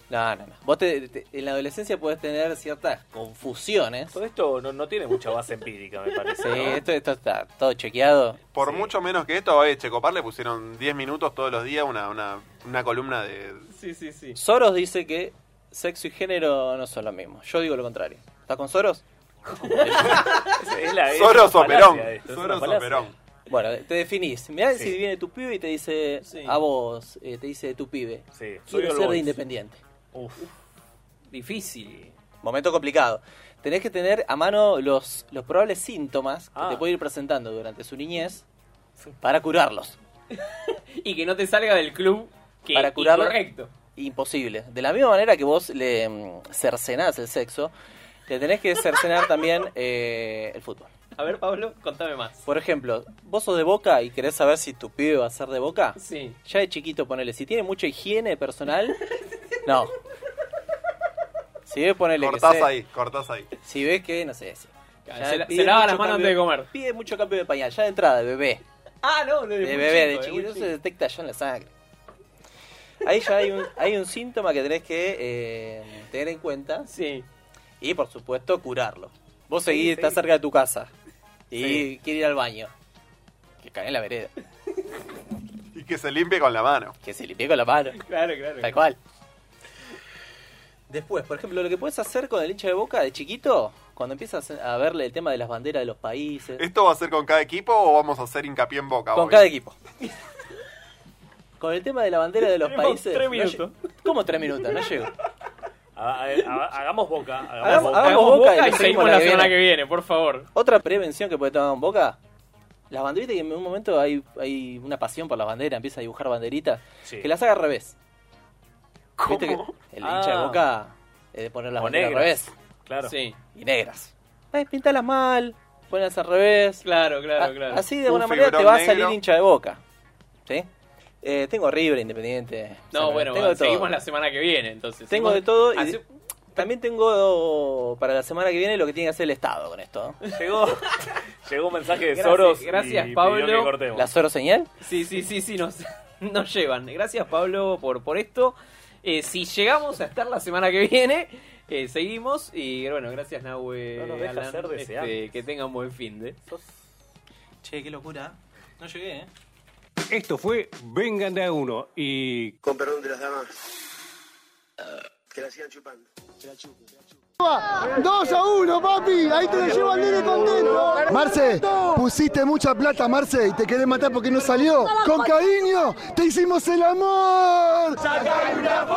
No, no, no. Vos te- te- en la adolescencia podés tener ciertas confusiones. Todo esto no, no tiene mucha base empírica, me parece. Sí, ¿no? esto, esto está todo chequeado. Por mucho menos que esto, a Checopar le pusieron 10 minutos todos los días una, una, una columna de... Sí, sí, sí. Soros dice que sexo y género no son lo mismo. Yo digo lo contrario. ¿Estás con Soros? Es la- es Soros una o Perón. falacia esto, es una Soros o falacia. Perón. Bueno, te definís. Mirá Sí. si viene tu pibe y te dice a vos, eh, te dice tu pibe. Sí, Quiero All ser de Boys. independiente. Uf. Difícil. Momento complicado. Tenés que tener a mano los, los probables síntomas que Ah. te puede ir presentando durante su niñez para curarlos. Y que no te salga del club que Para curarlo- incorrecto. Imposible. De la misma manera que vos le mm, cercenás el sexo, te tenés que cercenar también eh, el fútbol. A ver, Pablo, contame más. Por ejemplo, vos sos de boca y querés saber si tu pibe va a ser de boca. Sí. Ya de chiquito, ponele. Si tiene mucha higiene personal, no. Si ves, ponele que Cortás sea- ahí, cortás ahí. Si ves que, no sé. Si, ya Se la- pide se lava mucho las manos cambio- antes de comer. Pide mucho cambio de pañal, ya de entrada, de bebé. Ah, no, De bebé, de chiquito, se detecta ya en la sangre. Ahí ya hay un, hay un síntoma que tenés que eh, tener en cuenta. Sí. Y por supuesto, curarlo. Vos seguís, Sí, sí. estás cerca de tu casa. Y Sí. quiere ir al baño. Que cae en la vereda. Y que se limpie con la mano. Que se limpie con la mano. Claro, claro. Tal cual. Después, por ejemplo, lo que puedes hacer con el hincha de boca de chiquito, cuando empiezas a verle el tema de las banderas de los países. ¿Esto va a ser con cada equipo o vamos a hacer hincapié en boca? Con hoy? cada equipo. Con el tema de la bandera de los Tenemos países. tres no lle- minutos. ¿Cómo tres minutos? No llego. Ha- ha- Hagamos boca. Hagamos, Hagamos- boca. hagamos boca y lo seguimos la semana que viene, por favor. Otra prevención que puede tomar un boca. Las banderitas que en un momento hay, hay una pasión por las banderas, empieza a dibujar banderitas, Sí. que las haga al revés. Viste que el hincha Ah. de boca es de poner las O banderas al negras, revés. claro. Sí. Y negras. Eh, pintalas mal, ponlas al revés. Claro, claro, claro. Ah, Así de Un alguna manera te fibrón va a negro. salir hincha de boca. ¿Sí? Eh, tengo a River Independiente. No, San- bueno, tengo de todo. seguimos la semana que viene, entonces. Tengo Seguimos- de todo y Así- también tengo para la semana que viene lo que tiene que hacer el Estado con esto. Llegó, llegó un de mensaje Soros. Soros Gracias, y Pablo. pidió que cortemos. ¿La Soros señal? Sí, sí, sí, sí, nos, nos llevan. Gracias, Pablo, por, por esto. Eh, si llegamos a estar la semana que viene, eh, seguimos. Y bueno, gracias, Nahue. No nos deja Alan. ser deseables. Este, que tengan buen fin de. Che, qué locura. No llegué, ¿eh? Esto fue Vengan de a uno y... Con perdón de las damas. Que la sigan chupando. Que la chupen. 2 a 1, papi. Ahí te lo lleva el nene contento. Marce, pusiste mucha plata, Marce, y te querés matar porque no salió. Con cariño, te hicimos el amor. Sacale una